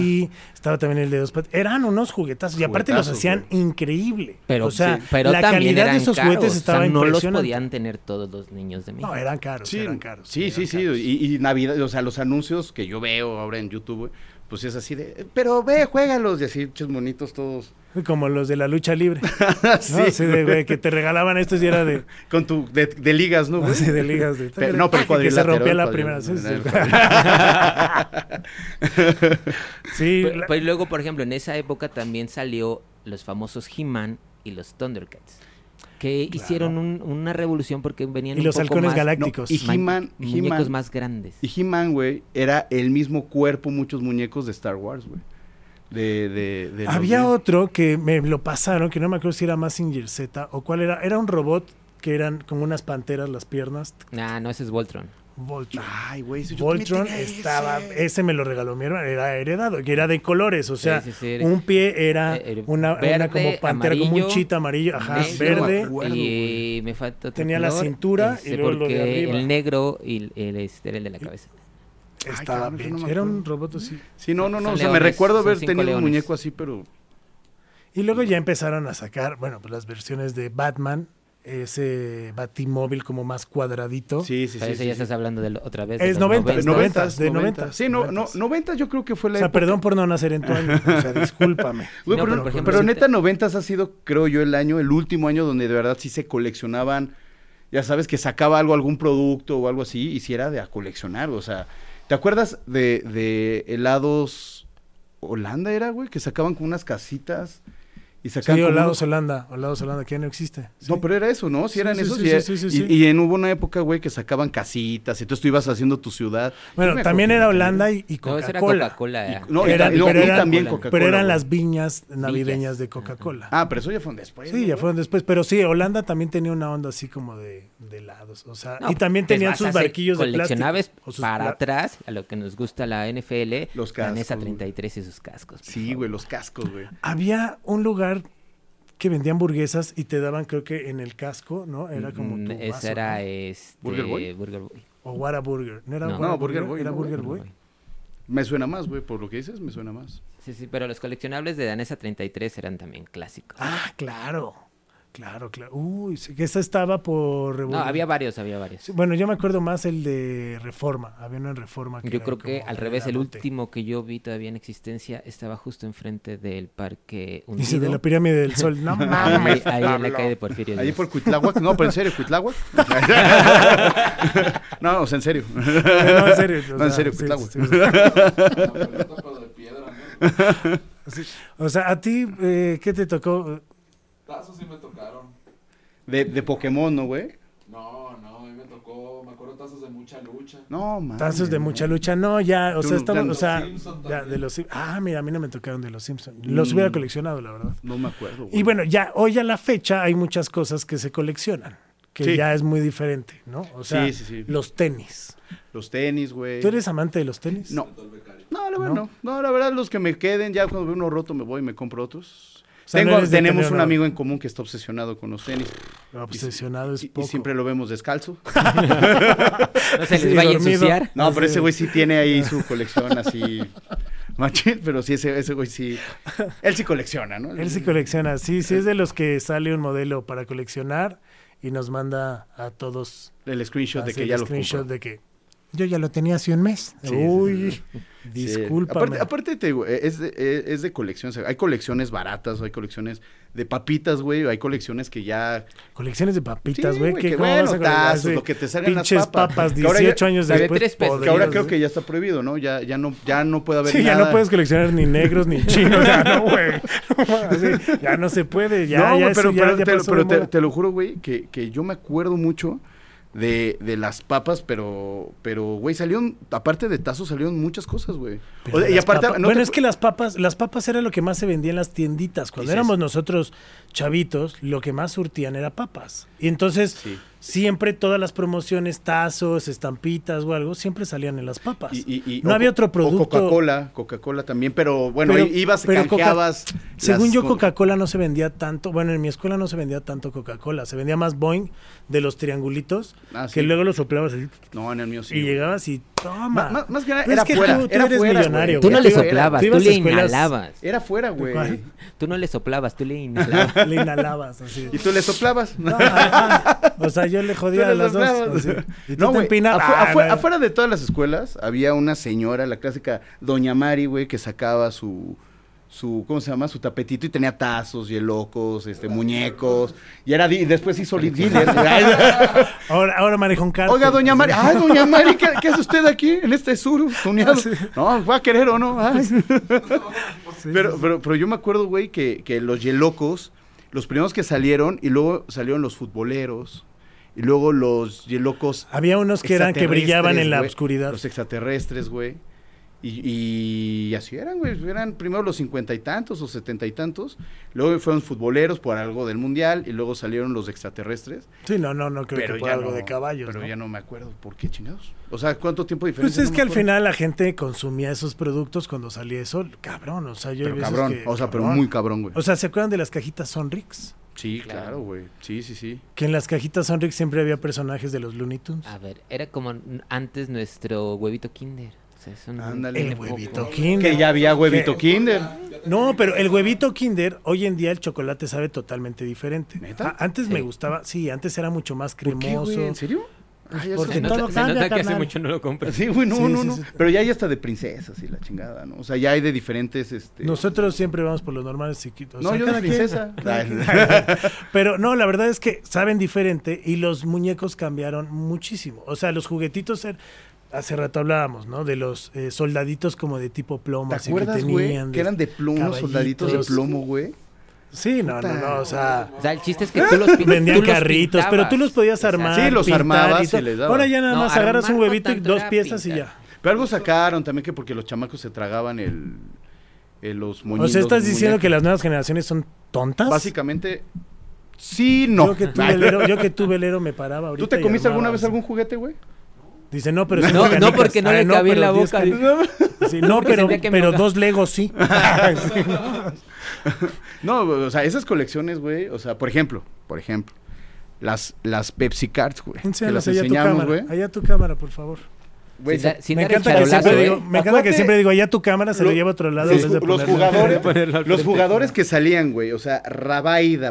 S2: estaba también el de dos patas. Eran unos juguetazos y aparte los
S4: Juguetazos,
S2: hacían
S4: güey.
S2: increíble.
S5: Pero,
S2: o sea,
S5: sí, pero
S2: la
S5: también
S2: calidad de
S5: eran
S2: esos
S5: caros,
S2: juguetes estaba
S5: o sea, no los
S2: impresionante.
S5: podían tener todos los niños de México.
S2: No, eran caros,
S4: Sí,
S2: eran caros.
S4: sí,
S2: eran
S4: sí, sí.
S2: caros.
S4: Y, y Navidad, o sea, los anuncios que yo veo ahora en YouTube, güey, pues es así de, pero ve, juégalos. Y así, chos monitos todos.
S2: Como los de la lucha libre. ¿no?
S4: así,
S2: Así Ah, de, güey, que te regalaban estos y era de,
S4: Con tu, de, de ligas, ¿no, güey?
S2: así de ligas. De, Ah,
S4: Pero- no, pero
S2: Que se
S4: cuadrilátero.
S2: rompía la
S4: cuadrilátero,
S2: primera. Sí, sí. Sí,
S5: Pe-
S2: la-
S5: pero luego, por ejemplo, en esa época también salió los famosos He-Man y los Thundercats, que hicieron un- una revolución porque venían
S2: y
S5: un
S2: los
S5: poco
S2: halcones
S5: más-
S2: galácticos.
S4: y-
S5: ma-
S4: He-Man-
S5: muñecos
S4: He-Man.
S5: más grandes.
S4: Y He-Man, güey, era el mismo cuerpo, muchos muñecos de Star Wars, güey. De, de, de los
S2: Había
S4: de-
S2: otro que me lo pasaron, que no me acuerdo si era Massinger Z o cuál era. Era un robot que eran como unas panteras las piernas.
S5: Ah, no, ese es Voltron.
S2: Voltron.
S4: Ay, güey. si Ah, yo también
S2: Voltron
S4: tenía
S2: estaba,
S4: ese.
S2: ese me lo regaló mi hermano, era heredado, que era de colores, o
S5: Sí,
S2: sea,
S5: sí, sí, era-
S2: un pie era
S5: Eh, eh,
S2: una, una
S5: verde,
S2: como pantera, como un
S5: amarillo,
S2: chita amarillo, ajá,
S5: Negro,
S2: verde,
S4: acuerdo,
S5: y me falta otro
S2: Tenía la
S5: color, Este,
S2: cintura y luego lo de
S5: porque
S2: arriba.
S5: el negro y el, el- este era el de la cabeza.
S2: estaba
S4: cabrón, eso
S2: bien,
S4: no me
S2: era un
S4: acuerdo.
S2: robot así.
S4: Sí, no, no, no.
S5: Son
S4: o sea, me
S5: leones,
S4: recuerdo
S5: son
S4: haber
S5: cinco
S4: tenido un
S5: leones.
S4: muñeco así, pero.
S2: Y luego ya empezaron a sacar, bueno, pues las versiones de Batman, ese batimóvil como más cuadradito.
S4: Sí, sí, sí.
S5: Pero ese
S4: sí,
S5: ya
S4: sí.
S5: estás hablando del, otra vez.
S2: Es
S5: de los
S2: 90,
S4: De
S2: noventa.
S5: 90.
S4: noventas,
S2: Pues de
S4: noventas.
S2: noventas,
S4: Sí, no, no,
S2: noventas.
S4: noventas yo creo que fue
S2: O
S4: la
S2: sea,
S4: época-
S2: perdón por no nacer en tu año, o sea, discúlpame.
S4: Güey,
S5: No,
S4: pero,
S5: pero, por ejemplo,
S4: pero
S5: si
S4: neta,
S5: te-
S4: noventas ha sido, creo yo, el año, el último año donde de verdad sí se coleccionaban, ya sabes, que sacaba algo, algún producto o algo así, y si era de a coleccionar, o sea, ¿te acuerdas de, de helados Holanda era, güey? Que sacaban con unas casitas Y
S2: Sí,
S4: sacaban como
S2: Olados
S4: unos-
S2: Holanda. Olados Holanda, que ya no existe. Sí.
S4: No, pero era eso, ¿no? Si
S2: Sí,
S4: eran
S2: sí,
S4: esos.
S2: sí,
S4: y, e
S2: sí, sí, sí,
S4: y-
S2: sí.
S4: y en hubo una época, güey, que sacaban casitas, entonces tú ibas haciendo tu ciudad. Yo
S2: Bueno,
S4: me
S2: también
S4: acuerdo
S2: era
S4: que
S2: Holanda y, y
S5: No, esa era
S2: Coca-Cola.
S5: Coca-Cola. eh.
S4: Y- no, y
S2: Eran-
S4: ta- y no,
S2: pero
S4: y
S2: eran-
S4: también
S5: pero
S4: Coca-Cola.
S2: pero eran
S4: güey.
S2: las viñas navideñas de Coca-Cola.
S4: Ah, pero eso ya fue un después.
S2: Sí,
S4: ¿no,
S2: ya
S4: güey?
S2: fueron después. Pero sí, Holanda también tenía una onda así como de, de helados. O sea,
S5: No,
S2: y también
S5: pues
S2: tenían
S5: vas
S2: sus
S5: a hacer
S2: barquillos de plástico.
S5: coleccionables
S2: o sus
S5: para
S2: pla-
S5: atrás, a lo que nos gusta la NFL,
S4: Los
S5: la NESA
S4: cascos, güey.
S5: 33 y sus cascos. por
S4: Sí,
S5: favor.
S4: güey, los cascos, güey.
S2: Había un lugar que vendía hamburguesas y te daban, creo que en el casco, ¿no? Era como
S5: Mm,
S2: tu
S5: Ese
S2: vaso,
S5: era
S2: ¿no?
S5: este,
S4: ¿Burger Boy?
S2: O Whataburger. ¿No era
S5: No.
S2: Whataburger?
S4: No, Burger Boy,
S2: ¿Era
S4: no,
S2: Burger
S4: Burger
S2: Boy?
S4: Me suena más, güey, por lo que dices, me suena más.
S5: Sí, sí, pero los coleccionables de Danesa 33 eran también clásicos.
S2: Ah, claro. Claro, claro. Uy, sí, que esa estaba por...
S5: no,
S2: Revolución.
S5: había varios, había varios.
S2: Sí, bueno, yo me acuerdo más el de Reforma. Había una en Reforma. Que
S5: Yo
S2: era
S5: creo que
S2: como
S5: al revés, el
S2: heladote.
S5: último que yo vi todavía en existencia estaba justo enfrente del parque
S2: Dice,
S5: hundido.
S2: de la pirámide del sol. No
S5: ahí,
S2: mames.
S5: ahí en la calle de Porfirio.
S4: Ahí
S5: Díaz.
S4: por Cuitláhuac, no, pero en serio, Cuitláhuac. no, o sea, en serio.
S2: No, en serio. o
S4: No,
S2: sea,
S4: en serio, pues,
S2: sí,
S4: Cuitláhuac.
S2: sí, sí. O sea, a ti, eh, ¿qué te tocó?
S6: Tazos sí me tocaron.
S4: De, de Pokémon, ¿no, güey?
S6: No, no, a mí me tocó, me acuerdo tazos de mucha lucha.
S4: No, mames.
S2: Tazos de
S4: no.
S2: mucha lucha. No, ya, o
S4: Tú
S2: sea,
S4: no,
S2: estamos,
S4: ya
S2: o
S4: los
S2: sea,
S6: Simpson
S2: ya,
S6: también.
S2: de los Sim- Ah, mira, a mí no me tocaron de los Simpsons. Los
S4: Mm.
S2: hubiera coleccionado, la verdad.
S4: No me acuerdo, güey.
S2: Y bueno, ya hoy a la fecha hay muchas cosas que se coleccionan, que
S4: Sí.
S2: ya es muy diferente, ¿no? O sea,
S4: Sí, sí, sí.
S2: los tenis.
S4: Los tenis, güey.
S2: ¿Tú eres amante de los tenis?
S4: No. No, la verdad no. No, la verdad los que me queden, ya cuando veo uno roto me voy y me compro otros.
S2: sea, no
S4: Tengo-
S2: eres de
S4: tenemos
S2: tener
S4: un
S2: uno.
S4: amigo en común que está obsesionado con los tenis
S2: Obsesionado es
S4: y, y
S2: poco.
S4: siempre lo vemos descalzo.
S5: No se les
S2: Sí, dormido.
S5: vaya a ensuciar.
S4: No, pero
S2: Sí.
S4: ese güey sí tiene ahí su colección así machín, pero sí, ese, ese güey sí. Él sí colecciona, ¿no?
S2: Él sí colecciona, sí, sí es de los que sale un modelo para coleccionar y nos manda a todos
S4: El screenshot de
S2: así
S4: que
S2: el
S4: ya lo
S2: screenshot
S4: compró.
S2: de que yo ya lo tenía hace un mes.
S4: Sí,
S2: Uy,
S4: sí, Sí.
S2: discúlpame.
S4: Aparte, aparte te digo, es, de- eh, es de colección. o sea, hay colecciones baratas, hay colecciones de papitas, güey. Hay colecciones que ya.
S2: Colecciones de papitas,
S4: Sí,
S2: güey,
S4: güey,
S2: que
S4: que
S2: cómo
S4: bueno,
S2: vas a coleccionar
S4: tazos,
S2: ese
S4: lo que te salgan las
S2: pinches
S4: papas.
S2: papas
S4: Que ahora
S2: 18
S4: ya-
S2: años
S5: la de
S2: después.
S5: tres pesos.
S4: Que ahora
S2: podrías,
S4: creo
S2: güey.
S4: que ya está prohibido, ¿no? Ya, ya no, ya no puede haber.
S2: ¿eh? Sí, ya
S4: nada.
S2: no puedes coleccionar ni negros ni chinos, ya no, güey. Así, ya no se puede, ya,
S4: no,
S2: ya
S4: güey,
S2: eso
S4: pero,
S2: ya-
S4: pero
S2: ya
S4: te,
S2: pasó
S4: pero
S2: de
S4: te-
S2: moda.
S4: te lo juro, güey, que, que yo me acuerdo mucho de, de las papas, pero, pero, güey, salieron, aparte de tazos, salieron muchas cosas, güey.
S2: Pero
S4: O sea, y
S2: las
S4: aparte,
S2: papas-
S4: no
S2: bueno,
S4: te-
S2: es que las papas, las papas era lo que más se vendía en las tienditas. Cuando
S4: Dices-
S2: éramos nosotros chavitos, lo que más surtían era papas. Y entonces,
S4: Sí.
S2: siempre todas las promociones, tazos, estampitas o algo, siempre salían en las papas.
S4: y- y- y-
S2: no
S4: o
S2: había
S4: co-
S2: otro producto.
S4: O Coca-Cola, Coca-Cola también, pero bueno,
S2: Pero-
S4: i- ibas,
S2: pero Coca-
S4: canjeabas.
S2: Según
S4: las
S2: yo,
S4: co-
S2: Coca-Cola no se vendía tanto. Bueno, en mi escuela no se vendía tanto Coca-Cola. Se vendía más Boeing de los triangulitos,
S4: Ah,
S2: que
S4: sí.
S2: luego los soplabas así,
S4: No, en el mío sí.
S2: y
S4: güey.
S2: llegabas y toma.
S4: Ma- ma- más que nada
S2: Pero
S4: era
S2: es que
S4: fuera,
S2: tú, tú
S4: era
S2: eres
S4: fuera,
S2: millonario.
S4: güey.
S5: Tú no
S2: güey.
S5: le
S4: Tú ibas-
S5: soplabas,
S2: tú
S5: tú,
S2: ibas a
S5: le
S2: escuelas-
S5: inhalabas.
S4: Era fuera, güey.
S2: cuál?
S5: Tú no le soplabas, tú le inhalabas.
S2: Le inhalabas así.
S4: Y tú le soplabas.
S2: No, ah, ah, o sea, yo le jodía
S4: Pero
S2: a las
S4: los
S2: dos.
S4: bravos.
S2: así. Y tú
S4: No,
S2: te
S4: güey,
S2: empinas,
S4: afu-
S2: ah,
S4: afu-
S2: no.
S4: afuera de todas las escuelas había una señora, la clásica Doña Mari, güey, que sacaba su su ¿cómo se llama? su tapetito y tenía tazos y locos, este muñecos. Y era di- y después hizo li- dealer. güey. Ay,
S2: Ahora, ahora maneja un carro.
S4: Oiga, Doña Mari, ay, Doña Mari, ¿qué, qué hace usted aquí en este sur? tuneado? No, va a querer o no. Ay. Pero, pero, pero yo me acuerdo, güey, que, que los yelocos, los primeros que salieron, y luego salieron los futboleros, y luego los yelocos
S2: Había unos que eran que brillaban en la
S4: güey.
S2: oscuridad.
S4: Los extraterrestres, güey. Y, y así eran, güey. Eran primero los cincuenta y tantos o setenta y tantos. Luego fueron futboleros por algo del mundial. Y luego salieron los extraterrestres.
S2: Sí, no, no, no creo
S4: pero
S2: que por
S4: ya
S2: algo
S4: no,
S2: de caballos.
S4: Pero
S2: ¿no?
S4: ya no me acuerdo por qué chingados. O sea, ¿cuánto tiempo de
S2: Pues
S4: diferencia?
S2: es
S4: No me
S2: que al
S4: acuerdo.
S2: final la gente consumía esos productos cuando salía eso. Cabrón, o sea, yo. hay
S4: Pero
S2: veces
S4: cabrón.
S2: que-
S4: o sea, pero muy cabrón, güey.
S2: O sea, ¿se acuerdan de las cajitas Sonrix?
S4: sí, claro, güey. Sí, sí, sí.
S2: Que en las cajitas Sonrix siempre había personajes de los Looney Tunes.
S5: A ver, era como n- antes nuestro huevito Kinder. O sea, eso no-
S4: Ándale.
S2: el
S5: tiene poco.
S2: huevito Kinder.
S4: Que ya había huevito
S2: Que-
S4: Kinder.
S2: No, pero el huevito Kinder, hoy en día el chocolate sabe totalmente diferente.
S4: ¿Neta?
S2: A- antes me
S5: Sí.
S2: gustaba, sí, antes era mucho más
S4: ¿Por qué, güey?
S2: cremoso.
S4: ¿En serio? Ay, ya
S2: porque
S5: Se
S4: se-
S5: nota,
S2: todo
S5: se
S2: cambia,
S5: nota que hace
S2: carnal.
S5: mucho no lo compras.
S4: Sí, güey, no,
S2: Sí,
S4: no,
S2: sí,
S4: no.
S2: sí.
S4: Pero ya hay hasta de princesas y la chingada, ¿no? O sea, ya hay de diferentes, este...
S2: Nosotros siempre vamos por los normales chiquitos.
S4: No,
S2: O sea,
S4: yo de
S2: cada quien-
S4: princesa.
S2: cada
S4: Ay.
S2: quien- Pero no, la verdad es que saben diferente y los muñecos cambiaron muchísimo. O sea, los juguetitos er- Hace rato hablábamos, ¿no? De los eh, soldaditos como de tipo plomo.
S4: ¿Te
S2: así
S4: acuerdas,
S2: que
S4: güey?
S2: tenían
S4: Que eran de plomo, soldaditos de
S2: caballitos.
S4: plomo, güey.
S2: Sí, no, no, no, o sea...
S5: O sea, el chiste es que tú los pin-
S2: Vendían
S5: tú los
S2: carritos, pero tú los
S5: pintabas.
S2: podías armar.
S4: Sí, los
S2: pintar
S4: armabas y
S2: todo.
S4: les dabas.
S2: Ahora ya nada
S5: No,
S2: más agarras un
S5: armar no
S2: huevito y
S5: tanto,
S2: dos
S5: era
S2: piezas y
S5: pintar.
S2: ya.
S4: Pero algo sacaron también que porque los chamacos se tragaban el, el- los
S2: O
S4: moñitos.
S2: sea, ¿estás diciendo que
S4: muñecas.
S2: las nuevas generaciones son tontas?
S4: Básicamente, sí, no.
S2: Yo que tu velero, yo que tu velero me paraba ahorita.
S4: ¿Tú te
S2: y
S4: comiste
S2: armaba,
S4: alguna vez
S2: así.
S4: algún juguete, güey?
S2: Dice, no, pero... sí
S5: No,
S2: canicas.
S5: no, porque no
S2: Ah,
S5: le cabía en la
S2: pero diez
S5: boca.
S2: canicas. Sí, no,
S5: Porque
S2: pero,
S5: sentía que me
S2: pero
S5: ahogaba.
S2: dos legos sí.
S4: No, o sea, esas colecciones, güey. O sea, por ejemplo, por ejemplo, las, las Pepsi Cards, güey. Que
S2: Enséñalas
S4: las
S2: allá a tu
S4: enseñamos,
S2: cámara.
S4: güey.
S2: Allá a tu cámara, por favor.
S4: Güey,
S5: Sin
S4: se-
S5: dar- sin
S2: Me
S5: dar el
S2: encanta, que
S5: charolazo,
S2: siempre, digo,
S5: ¿eh?
S2: me encanta que
S4: Acuérdate-
S2: siempre digo, allá tu cámara se lo,
S4: Lo-
S2: lleva a otro lado. en
S4: los,
S2: vez de
S4: los
S2: ponerlo-
S4: jugadores,
S5: ponerlo al
S4: los
S5: frente.
S4: jugadores que salían, güey. O sea, Rabaida.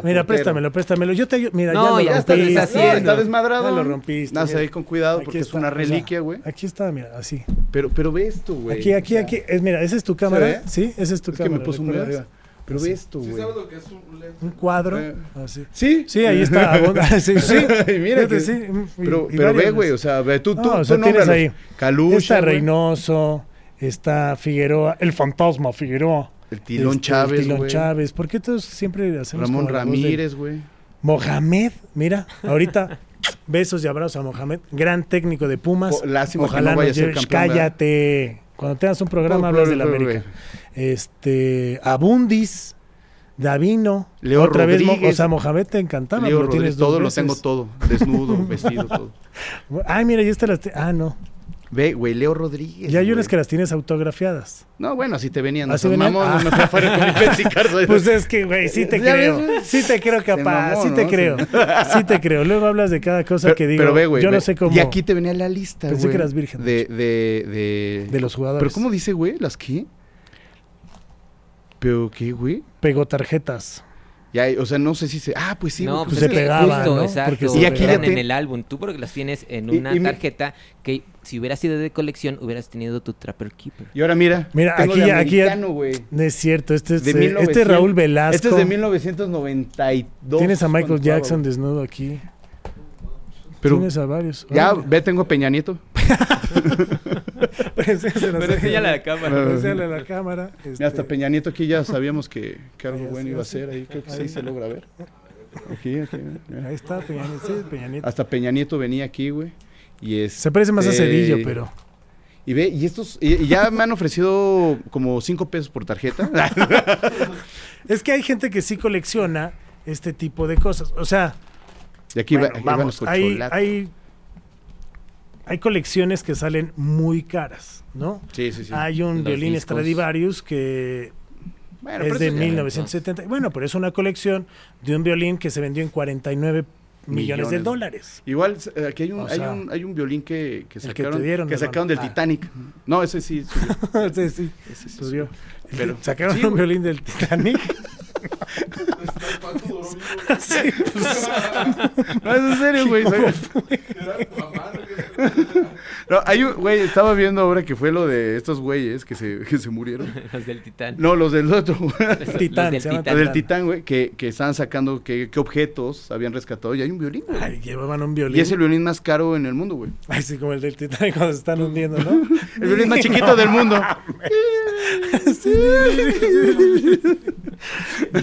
S2: Mira,
S4: portero.
S2: préstamelo, préstamelo. Yo te ayu- Mira,
S5: No,
S2: ya lo
S5: ya está
S2: rompiste.
S5: deshaciendo.
S2: No,
S4: está desmadrado.
S2: Ya lo rompiste.
S4: Nada,
S2: mira.
S4: ahí con cuidado
S2: Aquí
S4: porque es
S2: está,
S4: una
S2: o sea,
S4: reliquia, güey.
S2: Aquí está, mira, así.
S4: Pero, pero ve esto, güey.
S2: Aquí, aquí,
S4: O sea,
S2: aquí. Es, mira, esa es tu cámara.
S4: ve?
S2: Sí, esa es tu
S4: Es que
S2: cámara.
S4: me puso muy
S2: ¿recuerdas?
S4: arriba. Pero ve esto,
S6: ¿Sí
S4: güey.
S6: sabes lo que es un lente?
S2: Un cuadro.
S4: Eh.
S2: Así.
S4: Sí.
S2: Sí, ahí está. abunda- sí, sí.
S4: Y mira
S2: Fíjate,
S4: que-
S2: sí, mm, y-
S4: Pero,
S2: y
S4: pero ve,
S2: varias.
S4: güey, o sea, ve, tú,
S2: No,
S4: tú,
S2: o
S4: tú
S2: sea, tienes
S4: nómbralos.
S2: ahí.
S4: Calucha,
S2: está
S4: güey,
S2: Reynoso, está Figueroa, el fantasma Figueroa.
S4: el Tilón
S2: Este,
S4: Chávez,
S2: Tilón
S4: güey,
S2: Chávez. ¿Por qué todos siempre hacemos
S4: Ramón
S2: como la voz de-
S4: Ramírez, güey.
S2: Mohamed, mira, ahorita besos y abrazos a Mohamed, gran técnico de Pumas.
S4: Po- Oh, lástima que no
S2: nos
S4: vaya a ser
S2: lleve-
S4: campeón,
S2: Cállate. Cuando tengas un programa
S4: Por-
S2: hablas
S4: por-
S2: del
S4: por-
S2: América. Este, Abundis, Davino,
S4: Leo
S2: otra vez, Mo- o
S4: Rodríguez.
S2: sea, Mohamed te encantaba,
S4: Leo
S2: lo tienes
S4: Rodríguez,
S2: dos
S4: todo lo
S2: veces.
S4: tengo todo, desnudo, vestido, todo.
S2: Ay, mira, ya esta las te- ah no,
S4: Ve, güey, Leo Rodríguez.
S2: ya hay unas
S4: güey.
S2: que las tienes autografiadas.
S4: No, bueno, así te venían, nos
S2: ¿Así venían?
S4: mamamos,
S2: Ah.
S4: me fui afuera con mi Pepsi Cards.
S2: Pues es que güey, sí te
S4: Ya
S2: creo.
S4: ves, güey.
S2: Sí te creo capaz,
S4: mamó,
S2: sí te
S4: ¿no?
S2: creo.
S4: Sí.
S2: Sí te creo. Luego hablas de cada cosa
S4: Pero-
S2: que digo.
S4: Pero ve, güey.
S2: yo
S4: ve.
S2: no sé cómo
S4: Y aquí te venía la lista,
S2: Pensé que
S4: güey,
S2: eras virgen.
S4: De, de, de,
S2: de los jugadores.
S4: Pero ¿cómo dice, güey? ¿Las qué? ¿Pero qué, güey?
S2: pegó tarjetas.
S4: Ya, o sea, no sé si se... Ah, pues sí,
S5: No,
S4: güey,
S5: pues
S2: se
S5: es que
S2: pegaba,
S5: justo,
S2: ¿no? Porque
S5: exacto.
S2: se
S5: Y
S4: pegaba.
S5: aquí
S4: Y
S5: en
S4: te-
S5: el álbum. Tú porque las tienes en
S4: Y-
S5: una
S4: y mi-
S5: tarjeta que si hubiera sido de colección hubieras tenido tu Trapper Keeper.
S4: Y ahora mira.
S2: Mira,
S4: tengo
S2: aquí
S4: de
S2: ya- aquí ya-
S4: americano, güey.
S2: No es cierto, este es,
S4: De
S2: eh,
S4: 1900.
S2: este es Raúl Velasco.
S4: Este es de 1992.
S2: Tienes a Michael
S4: cuando jugaba,
S2: Jackson
S4: güey.
S2: desnudo aquí.
S4: Pero
S2: Tienes a Ah. varios.
S4: ya,
S2: Órale.
S4: ve, tengo a Peña Nieto.
S2: pues, Preséntaselas
S5: Pero
S2: aquí,
S5: enséñala a la
S4: Pero-
S5: cámara.
S2: preséntala a la cámara.
S4: Mira, Ah, hasta
S2: este,
S4: Peña Nieto aquí ya sabíamos que, que algo
S2: Ahí,
S4: bueno
S2: así,
S4: iba a
S2: así.
S4: ser. Ahí creo que
S2: Ahí.
S4: sí se logra ver. Aquí, aquí. mira.
S2: Ahí está Peña Nieto, sí, Peña Nieto.
S4: Hasta Peña Nieto venía aquí, güey. Y es,
S2: Se parece más a Cedillo, pero.
S4: Y ve, y estos, y, y ya me han ofrecido como cinco pesos por tarjeta.
S2: Es que hay gente que sí colecciona este tipo de cosas. O sea,
S4: y aquí,
S2: bueno,
S4: va, aquí van los
S2: vamos, hay,
S4: cocholates.
S2: hay, hay colecciones que salen muy caras, ¿no?
S4: Sí, sí, sí.
S2: Hay un
S5: Los
S2: violín
S5: discos.
S2: Stradivarius que
S4: Bueno, pero
S2: es de
S4: eso ya-
S2: 1970. Bueno, pero es una colección de un violín que se vendió en 49 millones, de
S4: Millones.
S2: dólares.
S4: Igual eh, aquí hay un,
S2: O
S4: hay
S2: sea,
S4: un, hay un violín que, que
S2: el que te
S4: sacaron, que
S2: dieron, hermano.
S4: sacaron del
S2: Ah.
S4: Titanic. No, ese sí. subió,
S2: sí, sí.
S4: ese sí
S2: subió.
S4: Pero-
S2: Sacaron
S4: sí,
S2: un
S4: güey.
S2: violín del Titanic.
S6: Está- ¿Cuánto duró mi
S2: Sí, pues,
S4: subió. No, es en serio, güey.
S6: Era Aquaman, güey.
S4: No, hay un, güey, estaba viendo ahora que fue lo de estos güeyes que se, que se murieron.
S5: Los del Titán.
S4: No, los del otro, güey.
S5: Los
S2: Titán,
S5: del
S2: se llama
S4: Los
S5: Titán.
S4: del Titán, güey, que, que estaban sacando qué qué objetos habían rescatado y hay un violín, güey.
S2: ay, llevaban un
S4: Y
S2: violín.
S4: es el violín más caro en el mundo, güey.
S2: Así como el del Titanic cuando se están hundiendo, ¿no?
S4: El violín más chiquito del mundo.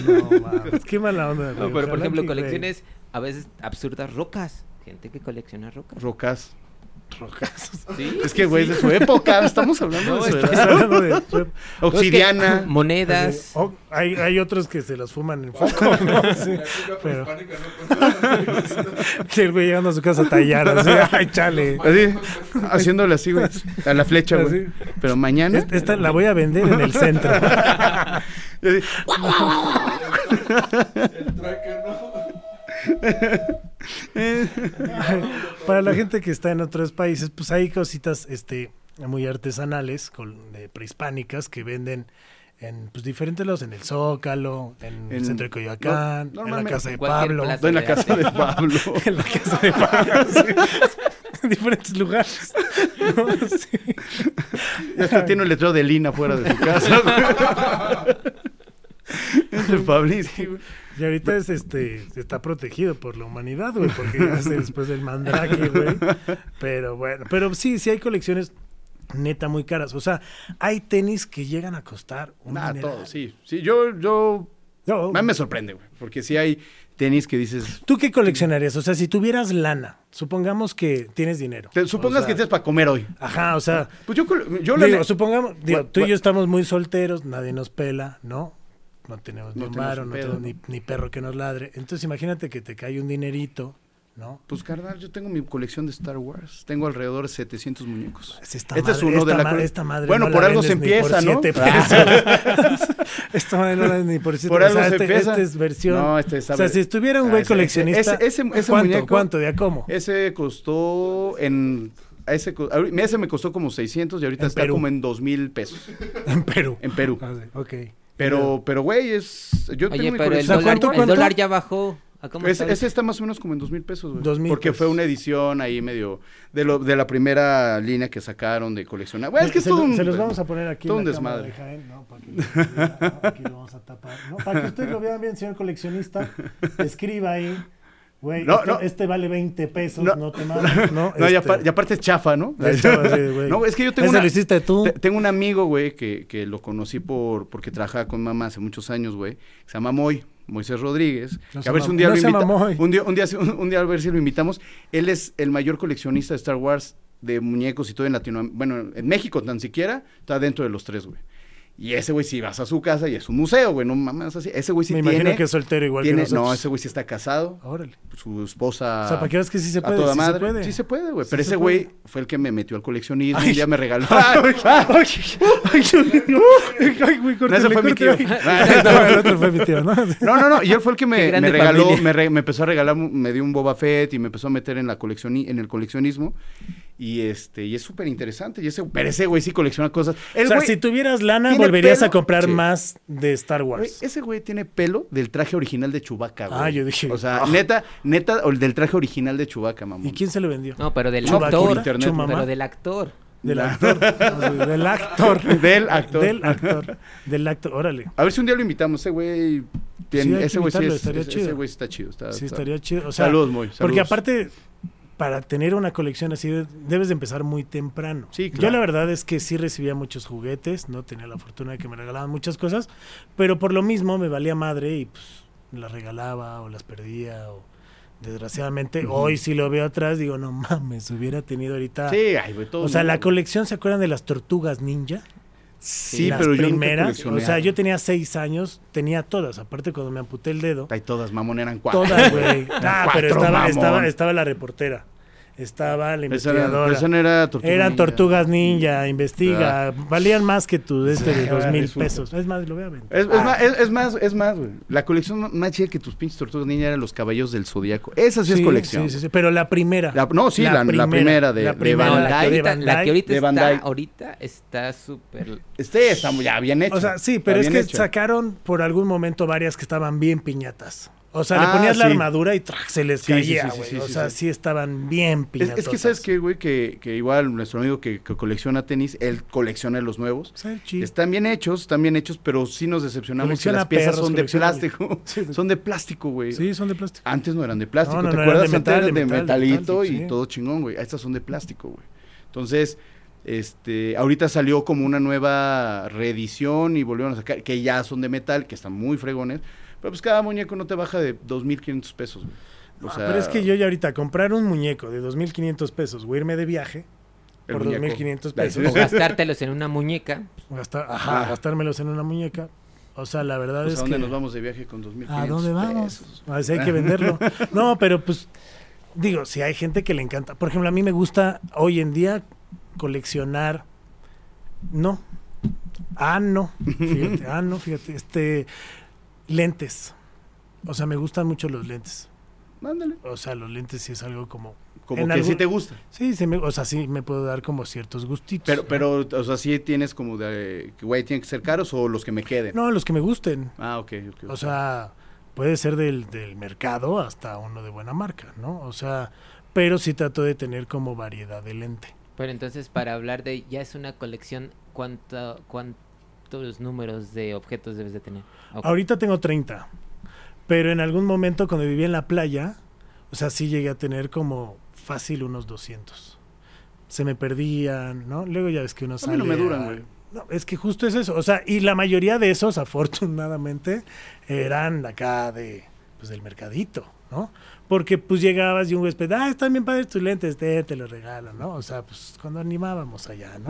S2: No, mames, qué mala onda.
S5: No,
S2: güey.
S5: pero por
S2: Ojalá
S5: ejemplo,
S2: que,
S5: colecciones a veces absurdas rocas. Gente que colecciona rocas.
S4: Rocas.
S5: Sí.
S4: Es que, güey, es de su época. Estamos hablando
S5: pues,
S4: de su
S2: güey,
S4: edad.
S2: estás hablando de-
S4: Obsidiana.
S5: Monedas.
S2: O- hay, hay otros que se las fuman en foco, ¿no? Sí,
S6: La
S5: pues,
S6: época
S2: pero-
S6: prehispánica no contaba.
S2: Sí, el güey llegando a su casa a tallar, así, ay, chale.
S4: Así, haciéndole así, güey. A la flecha, güey.
S2: Así.
S4: Pero mañana.
S2: Esta, esta la voy a vender en el centro.
S4: y así,
S6: El tracker, ¿no?
S4: eh,
S2: Para la gente que está en otros países, pues hay cositas este, muy artesanales, con, de prehispánicas, que venden en pues, diferentes lados, en el Zócalo, en, el
S4: En-
S2: centro de Coyoacán,
S4: no,
S2: en la
S4: normalmente
S2: casa de
S5: cualquier
S2: Pablo,
S5: plaza.
S4: en la casa de Pablo.
S2: en la casa de Pablo, sí. en diferentes lugares. ¿no? Sí.
S4: Ya hasta Este tiene un letrero de Lina fuera de su casa, güey. Es el Pablinsky, güey.
S2: Y ahorita es este está protegido por la humanidad, güey, porque hace después del mandrake, güey. Pero bueno, pero sí, sí hay colecciones neta muy caras. O sea, hay tenis que llegan a costar un
S4: Nah,
S2: dineral.
S4: todo, sí. Sí, yo, yo
S2: No.
S4: A mí me sorprende, güey. Porque si hay tenis que dices.
S2: ¿Tú qué coleccionarías? O sea, si tuvieras lana, supongamos que tienes dinero.
S4: te-
S2: O
S4: supongas
S2: sea,
S4: que tienes para comer hoy.
S2: Ajá, o sea,
S4: Pues yo, col- yo le-
S2: digo, supongamos, digo,
S4: Gua-
S2: tú y
S4: gua-
S2: yo estamos muy solteros, nadie nos pela, ¿no? No tenemos ni
S4: No tenemos
S2: maro,
S4: un
S2: no
S4: pedo,
S2: tenemos
S4: ¿no?
S2: ni, ni perro que nos ladre. Entonces imagínate que te cae un dinerito, ¿no?
S4: Pues carnal, yo tengo mi colección de Star Wars. Tengo alrededor de 700 muñecos.
S2: Pues esta
S4: Este es
S2: madre-
S4: uno de
S2: esta
S4: la
S2: madre-
S4: cole-
S2: esta madre
S4: Bueno,
S2: no
S4: por
S2: la
S4: algo se
S2: vendes ni por
S4: empieza, ¿no? Ah,
S2: siete pesos. esta madre no la vendes ni por siete
S4: Por
S2: pesos.
S4: algo
S2: O sea,
S4: se
S2: este,
S4: empieza.
S2: este es versión.
S4: No, este
S2: o
S4: está
S2: sea,
S4: ver-
S2: si estuviera un
S4: Ah,
S2: güey
S4: ese-
S2: coleccionista.
S4: ese- ese- ese
S2: ¿cuánto,
S4: muñeco-
S2: ¿Cuánto? ¿De a cómo?
S4: Ese costó en. a Ese, co- ahori- ese me costó como 600 y ahorita
S2: En
S4: está
S2: Perú.
S4: como en 2 mil pesos.
S2: En Perú.
S4: En Perú.
S2: Ah, sí, Ok.
S4: Pero, pero güey, es. Yo tengo
S5: Oye,
S4: mi
S5: pero el
S4: colección.
S5: dólar,
S2: ¿cuánto,
S5: el
S2: cuánto?
S5: dólar ya bajó. ¿A cómo
S4: Ese,
S5: está
S4: ese está más o menos como en 2 mil pesos, güey.
S2: 2,000
S4: Porque fue
S2: pesos.
S4: una edición ahí medio. De, lo, de la primera línea que sacaron de coleccionar. Güey, es que es
S2: se,
S4: todo
S2: lo-
S4: un.
S2: se los vamos a poner aquí.
S4: todo
S2: en
S4: un
S2: la cámara
S4: desmadre.
S2: de Jaén, ¿no? Para que lo- aquí lo vamos a tapar. ¿no? Para que ustedes lo vean bien, señor coleccionista, escriba ahí. Güey,
S4: No,
S2: este,
S4: no.
S2: este vale 20 pesos, no,
S4: No.
S2: te mames. No,
S4: No, y,
S2: Este,
S4: apar- y aparte es chafa, ¿no?
S2: Es chafa, sí, güey.
S4: no, es que yo tengo
S2: Ese
S4: una-
S2: lo hiciste tú.
S4: te- Tengo un amigo, güey, que, que lo conocí por porque trabajaba con mamá hace muchos años, güey. que Se llama Moy, Moisés Rodríguez.
S2: No
S4: que
S2: se
S4: a ver si
S2: llama-
S4: un día
S2: no
S4: lo
S2: se llama Moy.
S4: invitamos. Un día, un, día, un día a ver si lo invitamos. Él es el mayor coleccionista de Star Wars de muñecos y todo en Latinoamérica. Bueno, en México tan siquiera está dentro de los tres, güey. Y ese güey, si vas a su casa y es un museo, güey, no mames así. Ese güey sí
S2: Me
S4: tiene.
S2: imagino que es soltero igual
S4: tiene-
S2: que nosotros.
S4: No, ese güey sí está casado
S2: Órale.
S4: su esposa.
S2: O sea, para que veas que sí se
S4: a
S2: puede,
S4: toda
S2: sí se
S4: madre.
S2: puede.
S4: Sí se puede, güey.
S2: Sí
S4: Pero
S2: se
S4: ese
S2: puede.
S4: güey fue el que me metió al coleccionismo.
S2: Ay.
S4: Un día me regaló.
S2: Ay, ay, ay, ay, güey,
S4: No, ese
S2: córtale,
S4: fue mi
S2: córtale.
S4: tío.
S2: No, el otro fue mi tío, ¿no?
S4: No, no, no. Y él fue el que
S5: Qué
S4: me,
S5: grande
S4: me regaló,
S5: familia.
S4: me, re- me empezó a regalar, me dio un Boba Fett y me empezó a meter en la coleccioni- en el coleccionismo. Y este, y es súper interesante. Y ese, pero ese güey sí colecciona cosas. El
S2: O sea,
S4: güey-
S2: si tuvieras lana,
S4: tiene
S2: volverías a
S4: pelo.
S2: comprar
S4: Sí.
S2: más de Star
S4: güey,
S2: Wars.
S4: ese güey tiene pelo del traje original de Chewbacca, güey.
S2: Ah, yo dije,
S4: O sea,
S2: ah.
S4: neta, neta, o el del traje original de Chewbacca, mamón.
S2: ¿Y quién se lo vendió?
S5: No, pero del
S4: No, por
S5: actor.
S4: internet,
S5: pero
S2: mamá.
S5: del actor.
S2: Del actor. Del actor.
S4: Del actor.
S2: Del actor. Del actor. Órale.
S4: A ver si un día lo invitamos, ese güey. tiene-
S2: hay que
S4: ese güey sí
S2: invitarlo,
S4: es-
S2: estaría
S4: ese-
S2: chido.
S4: ese güey sí está chido. Está,
S2: Sí,
S4: está-
S2: estaría chido. O sea,
S4: Saludos, Moy,
S2: Porque
S4: saludos.
S2: aparte, para tener una colección así, de- debes de empezar muy temprano.
S4: Sí,
S2: Yo
S4: claro.
S2: la verdad es que sí recibía muchos juguetes, no tenía la fortuna de que me regalaban muchas cosas, pero por lo mismo me valía madre y pues las regalaba o las perdía o desgraciadamente hoy si lo veo atrás digo no mames hubiera tenido ahorita
S4: Sí, ay, güey, todo
S2: o sea
S4: mundo,
S2: la
S4: güey.
S2: colección se acuerdan de las tortugas ninja
S4: Sí,
S2: las
S4: pero yo nunca
S2: primeras o
S4: coleccioné.
S2: sea yo tenía seis años tenía todas aparte cuando me amputé el dedo
S4: Ay, todas, mamón, eran cuatro.
S2: Todas, güey.
S4: Eran
S2: Ah, pero
S4: cuatro,
S2: estaba,
S4: mamón.
S2: estaba, estaba la reportera. Estaba la
S4: Esa era-
S2: investigadora.
S4: esa no era tortuga
S2: Eran
S4: ninja. Ah.
S2: tortugas ninja, investiga. Valían más que tu de este de
S4: Sí,
S2: dos mil
S4: eso.
S2: pesos. Es más, lo voy a vender.
S4: Es, es más, es, es más, es más, güey. La colección más chida que tus pinches tortugas niñas eran los caballos del zodiaco. Esa sí, es colección.
S2: sí, sí, sí, Pero la primera.
S4: La- no, sí, la- la primera de- de
S5: No,
S4: Van
S5: la, que
S4: Dyke.
S5: ahorita, la que ahorita
S4: De Van
S5: está,
S4: Dyke.
S5: ahorita está súper.
S4: Este está muy- ya bien hecho.
S2: O sea, sí,
S4: Está
S2: pero es
S4: bien
S2: que
S4: hecho.
S2: sacaron por algún momento varias que estaban bien piñatas. O sea, le
S4: Ah,
S2: ponías la
S4: sí.
S2: armadura y ¡trac! se les
S4: Sí, sí, sí,
S2: caía,
S4: sí,
S2: güey.
S4: sí,
S2: o
S4: sí,
S2: sea, sí.
S4: sí.
S2: estaban bien
S4: Es,
S2: piñatas.
S4: es que sabes qué, güey, que, que igual nuestro amigo que, que colecciona tenis, él colecciona los nuevos. Están bien hechos, están bien hechos, pero sí nos decepcionamos que
S2: Colecciona
S4: las piezas
S2: perros,
S4: son de
S2: colecciona-
S4: plástico.
S2: Sí, sí.
S4: son de plástico, güey.
S2: Sí, son de plástico.
S4: Antes no eran de plástico,
S2: No, no,
S4: ¿te
S2: no, eran
S4: acuerdas?
S2: de
S4: Antes
S2: metal,
S4: eran
S2: de
S4: de,
S2: metal, de
S4: metalito
S2: metal,
S4: y
S2: sí.
S4: todo chingón, güey. Estas son de plástico, güey. Entonces, este, ahorita salió como una nueva reedición y volvieron a sacar, que ya son de metal, que están muy fregones. Pero pues cada muñeco no te baja de 2.500 pesos, güey. O
S2: Ah,
S4: sea,
S2: pero es que yo ya ahorita comprar un muñeco de 2.500 pesos o irme de viaje
S4: el
S2: por
S4: muñeco.
S2: 2.500
S4: La-
S2: pesos.
S5: O gastártelos en una muñeca.
S2: o gastar- ajá,
S4: Ah.
S2: gastármelos en una muñeca. O sea, la verdad
S4: Pues,
S2: es
S4: ¿A dónde
S2: que...
S4: nos vamos de viaje con 2.500 pesos?
S2: ¿A dónde vamos? A ver si hay que venderlo. No, pero pues digo, si hay gente que le encanta. Por ejemplo, a mí me gusta hoy en día coleccionar... No. Ah, no. Fíjate, ah, no, fíjate. Este, lentes. O sea, me gustan mucho los lentes.
S4: Mándale.
S2: O sea, los lentes sí es algo como...
S4: Como
S2: En
S4: que
S2: algún-
S4: sí te gusta.
S2: Sí, sí me- o sea, sí me puedo dar como ciertos gustitos.
S4: Pero, pero, o sea, sí tienes como de, que, güey, tienen que ser caros o los que me queden.
S2: No, los que me gusten.
S4: Ah, ok, ok.
S2: O sea, puede ser del, del mercado hasta uno de buena marca, ¿no? O sea, pero sí trato de tener como variedad de lente.
S5: Pero entonces, para hablar de. Ya es una colección. ¿cuánto, ¿Cuántos números de objetos debes de tener? Ok.
S2: Ahorita tengo 30, pero en algún momento cuando vivía en la playa, o sea, sí llegué a tener como fácil unos 200. Se me perdían, ¿no? Luego ya ves que uno
S4: A
S2: sale...
S4: mí no me duran, güey.
S2: No, es que justo es eso. O sea, y la mayoría de esos, afortunadamente, eran acá de, pues, del mercadito, ¿no? Porque pues llegabas y un huésped, ah, están bien padres tus lentes, te, te los regalo, ¿no? O sea, pues cuando animábamos allá, ¿no?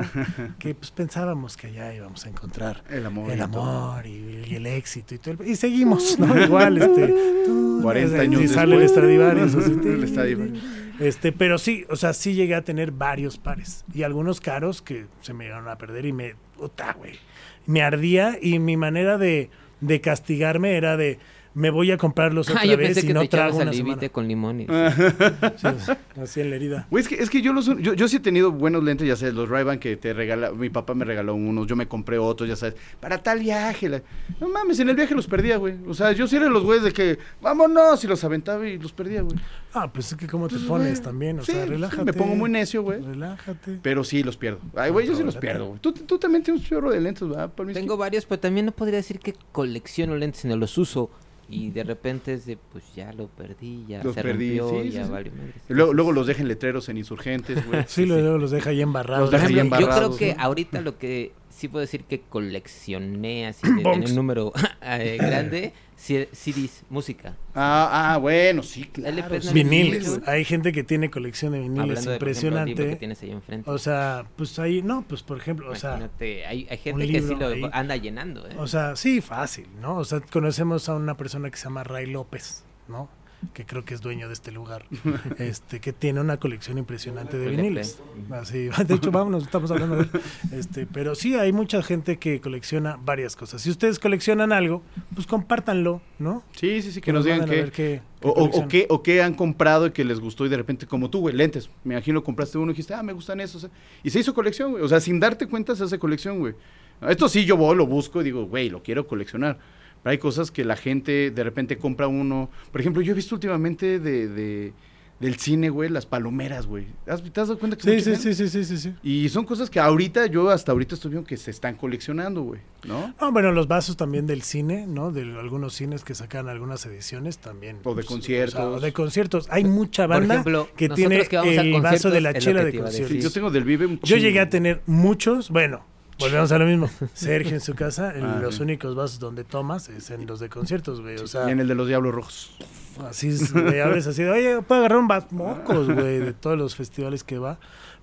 S2: que pues pensábamos que allá íbamos a encontrar
S4: El amor
S2: el,
S4: y todo.
S2: amor y, y el éxito y todo. el- y seguimos, ¿no? Igual, este. tú,
S4: 40
S2: y
S4: años
S2: sale el
S4: después.
S2: Stradivarius. así,
S4: El Stradivarius.
S2: Este, pero sí, o sea, sí llegué a tener varios pares. Y algunos caros que se me llegaron a perder y me. Puta, güey. Me ardía y mi manera de, de castigarme era de. Me voy a comprarlos otra
S5: Ah, yo
S2: vez
S5: pensé
S2: y
S5: que
S2: no
S5: te
S2: trago
S5: echabas
S2: una
S5: al
S2: semana.
S5: límite con limón. Y...
S4: Ah,
S2: Sí, así en la herida.
S4: Güey, es que, es que yo los yo, yo sí he tenido buenos lentes, ya sabes, los Ray-Ban que te regala, mi papá me regaló unos, yo me compré otros, ya sabes, para tal viaje. la- no mames, en el viaje los perdía, güey. O sea, yo sí era de los güeyes de que, vámonos, y los aventaba y los perdía, güey.
S2: Ah, pues es que cómo te pones también, o
S4: Sí,
S2: sea,
S4: sí,
S2: relájate.
S4: me pongo muy necio, güey.
S2: Relájate.
S4: Pero sí los pierdo. Ay, güey, yo sí los pierdo, güey. Tú, tú también tienes un chorro de lentes, ¿verdad? Por mí es
S5: Tengo varios, pero también no podría decir que colecciono lentes, sino los uso. Y de repente es de, pues ya lo perdí, ya
S4: Los
S5: se
S4: perdí,
S5: rompió,
S4: sí,
S5: ya
S4: sí, sí.
S5: valió madres.
S4: que- Luego, luego los dejan letreros en insurgentes, güey.
S2: Sí, luego los deja ahí embarrados.
S4: Los deja ahí
S2: ¿no?
S5: Yo creo
S4: embarrados,
S5: que
S4: ¿no?
S5: ahorita lo que sí puedo decir que coleccioné así de
S2: Bonks.
S5: tener un número eh, grande, C- CDs, música.
S4: Ah, ah, bueno, sí, claro.
S5: LPs,
S4: sí.
S5: pues, no
S2: Viniles.
S5: Viniles.
S2: Hay gente que tiene colección de viniles
S5: Hablando de, por ejemplo, el
S2: impresionante.
S5: libro que tienes ahí enfrente.
S2: O sea, pues ahí, no, pues por ejemplo, o sea,
S5: Imagínate, hay, hay gente que sí
S2: libro
S5: lo
S2: ahí.
S5: anda llenando. ¿eh?
S2: o sea, sí, fácil, ¿no? O sea, conocemos a una persona que se llama Ray López, ¿no? Que creo que es dueño de este lugar, este, que tiene una colección impresionante de
S5: Colecta.
S2: viniles.
S5: eh.
S2: Así, de hecho, vámonos, estamos hablando de este, pero sí hay mucha gente que colecciona varias cosas. Si ustedes coleccionan algo, pues compártanlo, ¿no?
S4: Sí, sí, sí, que nos digan
S2: manden a ver
S4: que...
S2: qué- qué
S4: O, o- o
S2: coleccionan.
S4: qué, o qué han comprado y que les gustó y de repente, como tú, güey, lentes. Me imagino compraste uno y dijiste, ah, me gustan esos. Y se hizo colección, güey. O sea, sin darte cuenta se hace colección, güey. Esto sí yo voy, lo busco y digo, güey, lo quiero coleccionar. Pero hay cosas que la gente de repente compra uno. Por ejemplo, yo he visto últimamente de, de- del cine, güey, las palomeras, güey. ¿Has- ¿Te has dado cuenta que
S2: Sí,
S4: mucha
S2: sí, sí,
S4: gente-
S2: sí, sí, sí, sí.
S4: Y son cosas que ahorita, yo hasta ahorita estoy viendo que se están coleccionando, güey, ¿no?
S2: Ah, bueno, los vasos también del cine, ¿no? De algunos cines que sacan algunas ediciones también.
S4: O de
S2: Pues,
S4: conciertos.
S2: o de conciertos. Hay mucha
S5: Por
S2: banda
S5: ejemplo,
S2: que
S5: nosotros
S2: tiene
S5: que vamos a
S2: el vaso de
S5: conciertos, es
S2: la
S5: lo
S2: chela
S5: que
S2: de
S5: te iba a decir.
S2: conciertos.
S4: Yo tengo del Vive un
S2: Yo llegué
S4: chingo,
S2: a tener muchos, bueno, volvemos a lo mismo. Sergio en su casa, el-
S4: Ah,
S2: los
S4: sí.
S2: únicos vasos donde tomas es en los de conciertos, güey. O sea,
S4: güey. Y en el de los Diablos Rojos.
S2: así es, güey, abres así, de, oye, puedo agarrar un vaso, mocos, güey, de todos los festivales que va.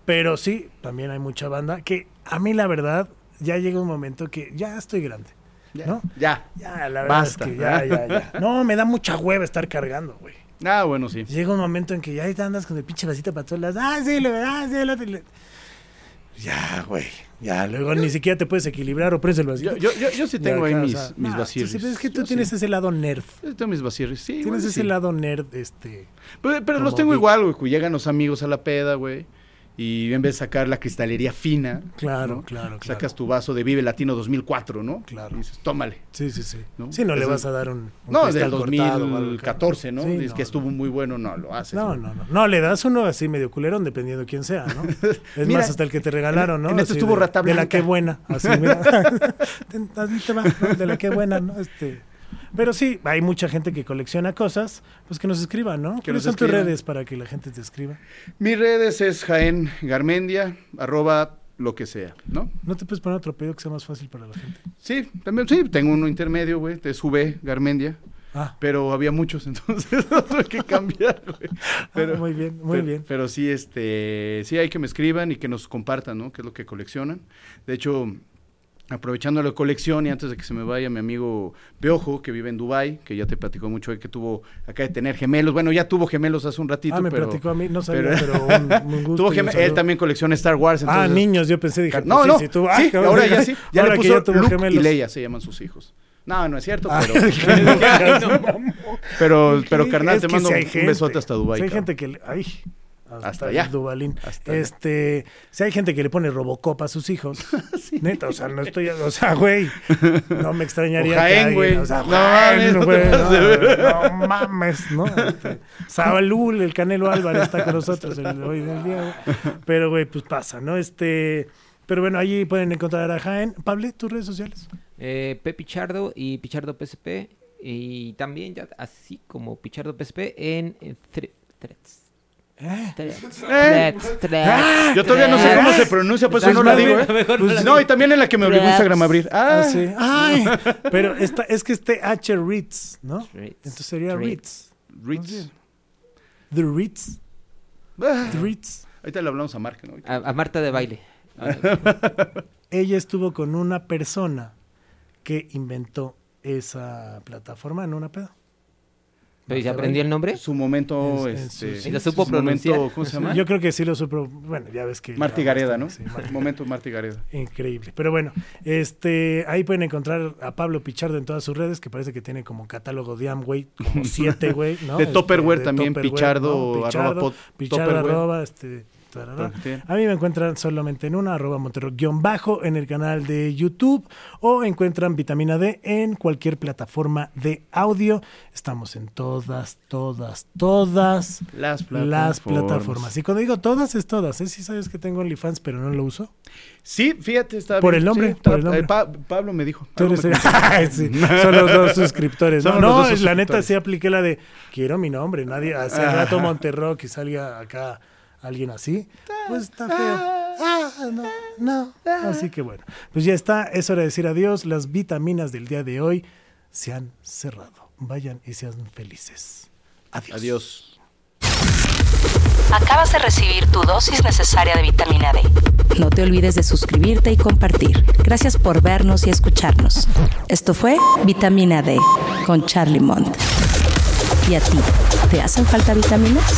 S2: Pero sí, también hay mucha banda que a mí la verdad ya llega un momento que ya estoy grande,
S4: Ya.
S2: ¿no?
S4: Ya.
S2: Ya, la verdad
S4: Basta,
S2: es que ya, ya,
S4: ¿verdad?
S2: ya. No, me da mucha hueva estar cargando, güey.
S4: Ah, bueno, sí.
S2: Llega un momento en que ya ahí te andas con el pinche vasito para todos lados. Ah, sí, le ah, sí, le- le- Ya, güey. Ya, luego ni siquiera te puedes equilibrar o prendes el vasito.
S4: Pues Yo, yo, yo, yo sí
S2: Ya,
S4: tengo ahí
S2: claro, o
S4: mis,
S2: sea,
S4: mis
S2: nah,
S4: vacirris.
S2: tú sí, es que tú
S4: Yo
S2: tienes
S4: sí.
S2: ese lado nerd.
S4: Yo tengo mis vacirris, sí.
S2: Tienes
S4: bueno,
S2: ese
S4: sí.
S2: lado nerd, este.
S4: Pero, pero los
S2: como
S4: tengo
S2: geek.
S4: igual, güey. que Llegan los amigos a la peda, güey. Y en vez de sacar la cristalería fina.
S2: Claro, claro,
S4: ¿no?
S2: claro.
S4: Sacas tu vaso de Vive Latino 2004, ¿no?
S2: Claro.
S4: Y dices, tómale.
S2: Sí, sí, sí.
S4: ¿No?
S2: Sí, no le
S4: Ese-
S2: vas a dar un. un
S4: No, del
S2: cristal cortado o algo,
S4: 2014, ¿no?
S2: claro. Sí,
S4: Dices que estuvo muy bueno, no, lo haces.
S2: No,
S4: güey.
S2: no, no. No, le das uno así medio culerón, dependiendo quién sea, ¿no? Es
S4: Mira,
S2: más, hasta el que te regalaron, ¿no?
S4: en este
S2: Así
S4: estuvo
S2: de,
S4: Rata
S2: De la
S4: Blanca.
S2: que buena, así, mira. Ten- así te va, ¿no? de la que buena, ¿no? Este... Pero sí, hay mucha gente que colecciona cosas, pues que nos escriba, ¿no?
S4: Que
S2: Que nos
S4: nos
S2: son tus
S4: escriban.
S2: redes para que la gente te escriba.
S4: Mis redes es Jaén Garmendia, arroba lo que sea, ¿no?
S2: ¿No te puedes poner otro pedido que sea más fácil para la gente?
S4: Sí, también, sí, tengo uno intermedio, güey. Te sube Garmendia.
S2: Ah,
S4: Pero había muchos, entonces no tuve que cambiar, güey. Pero,
S2: Ah, muy bien, muy
S4: pero-
S2: bien.
S4: Pero sí, este, sí hay que me escriban y que nos compartan, ¿no? Qué es lo que coleccionan. De hecho, aprovechando la colección y antes de que se me vaya mi amigo Peojo, que vive en Dubai, que ya te platicó mucho de que tuvo, acá de tener gemelos. Bueno, ya tuvo gemelos hace un ratito,
S2: ah, me
S4: pero...
S2: platicó a mí, no sabía, pero,
S4: pero-
S2: un, un gusto.
S4: Tuvo
S2: y un
S4: geme- él
S2: saludo.
S4: también colecciona Star Wars.
S2: Ah,
S4: entonces-
S2: niños, yo pensé, dije,
S4: no,
S2: pues sí,
S4: no,
S2: sí,
S4: sí,
S2: tú- ah, cabrón,
S4: ahora ya sí. Ya
S2: ahora
S4: le
S2: que
S4: puso
S2: ya tuvo
S4: Luke y
S2: gemelos.
S4: Leia, se llaman sus hijos. No, no es cierto,
S2: Ah,
S4: pero... pero, pero, carnal,
S2: Es
S4: te
S2: que
S4: mando
S2: sí hay
S4: un
S2: gente.
S4: besote hasta Dubai.
S2: Sí hay
S4: cabrón.
S2: gente que le, ay, hasta,
S4: Hasta allá.
S2: el Dubalín.
S4: Hasta allá.
S2: este, si hay gente que le pone Robocop a sus hijos. Neta, o sea, no estoy, o sea, güey, no me extrañaría
S4: O
S2: que
S4: Jaén,
S2: alguien,
S4: güey.
S2: o sea,
S4: No
S2: Jaén,
S4: mames, no te
S2: güey, no,
S4: pases de ver.
S2: no mames, ¿no? Este, Sabalul, el Canelo Álvarez está con nosotros el- hoy del día. güey. Pero güey, pues pasa, ¿no? Este, pero bueno, allí pueden encontrar a Jaén. Pablo, tus redes sociales.
S5: Eh, P. Pichardo y Pichardo PSP. Y también, ya así como Pichardo PSP, en eh, thre- Threads.
S4: Pues
S5: Trex, Trex,
S2: Ah.
S5: Trex,
S4: Eh, Yo todavía no sé
S5: Trex.
S4: cómo se pronuncia, pues eso no la
S2: Madre,
S4: digo, ¿eh?
S2: a lo
S4: Pues no, y también en la que me obligó
S5: Raps.
S4: Instagram a abrir. Ah,
S2: Ah, sí. Ay, pero esta, es que este H Ritz, ¿no?
S5: Ritz.
S2: Entonces sería Ritz.
S5: Ritz.
S4: Ritz.
S2: The Ritz.
S4: Ah,
S2: The Ritz.
S4: ahorita le hablamos a Mark, ¿no?
S5: A, a Marta de baile.
S2: Ella estuvo con una persona que inventó esa plataforma en una peda.
S5: ¿Y se aprendió el nombre?
S4: Su momento,
S2: Es- es
S4: este...
S2: su-
S5: Y lo supo
S4: su momento,
S5: pronunciar.
S4: ¿Cómo se llama?
S2: Yo creo que sí lo supo. Bueno, ya ves que.
S4: Marti
S2: ya
S4: Gareda,
S2: bastante,
S4: ¿no?
S2: sí, Marta.
S4: Momento Marti Gareda.
S2: Increíble. Pero bueno, este, ahí pueden encontrar a Pablo Pichardo en todas sus redes, que parece que tiene como catálogo de Amway, como siete, güey. ¿no?
S4: De
S2: Este,
S4: Tupperware también,
S2: Tupperware,
S4: Pichardo,
S2: ¿no?
S4: arroba pod-
S2: Pichardo,
S4: Tupperware. Pues,
S2: arroba, este, tarara.
S4: Sí.
S2: A mí me encuentran solamente en una, arroba Montero, guión bajo, en el canal de YouTube, o encuentran Vitamina D en cualquier plataforma de audio. Estamos en todas, todas, todas
S4: Las plataformas.
S2: las plataformas. Y cuando digo todas, es todas. ¿eh? Sí sabes que tengo OnlyFans, pero no lo uso.
S4: Sí, fíjate, está
S2: Por
S4: bien,
S2: el nombre,
S4: sí, está-
S2: por el nombre.
S4: eh, Pa- Pablo me dijo.
S2: Tú
S4: algo
S2: eres
S4: me
S2: el-
S4: comentó.
S2: Ay, sí, Son los dos suscriptores. No,
S4: Son los
S2: No,
S4: dos
S2: la neta
S4: suscriptores.
S2: sí apliqué la de quiero mi nombre. Nadie hace rato Monterrock que salga acá alguien así. Pues está feo. Ah, no, no.
S4: ah.
S2: Así que bueno. Pues ya está. Es hora de decir adiós. Las vitaminas del día de hoy se han cerrado. Vayan y sean felices. Adiós.
S4: Adiós.
S3: Acabas de recibir tu dosis necesaria de vitamina D. No te olvides de suscribirte y compartir. Gracias por vernos y escucharnos. Esto fue Vitamina D con Charlie Mont. ¿Y a ti? ¿Te hacen falta vitaminas?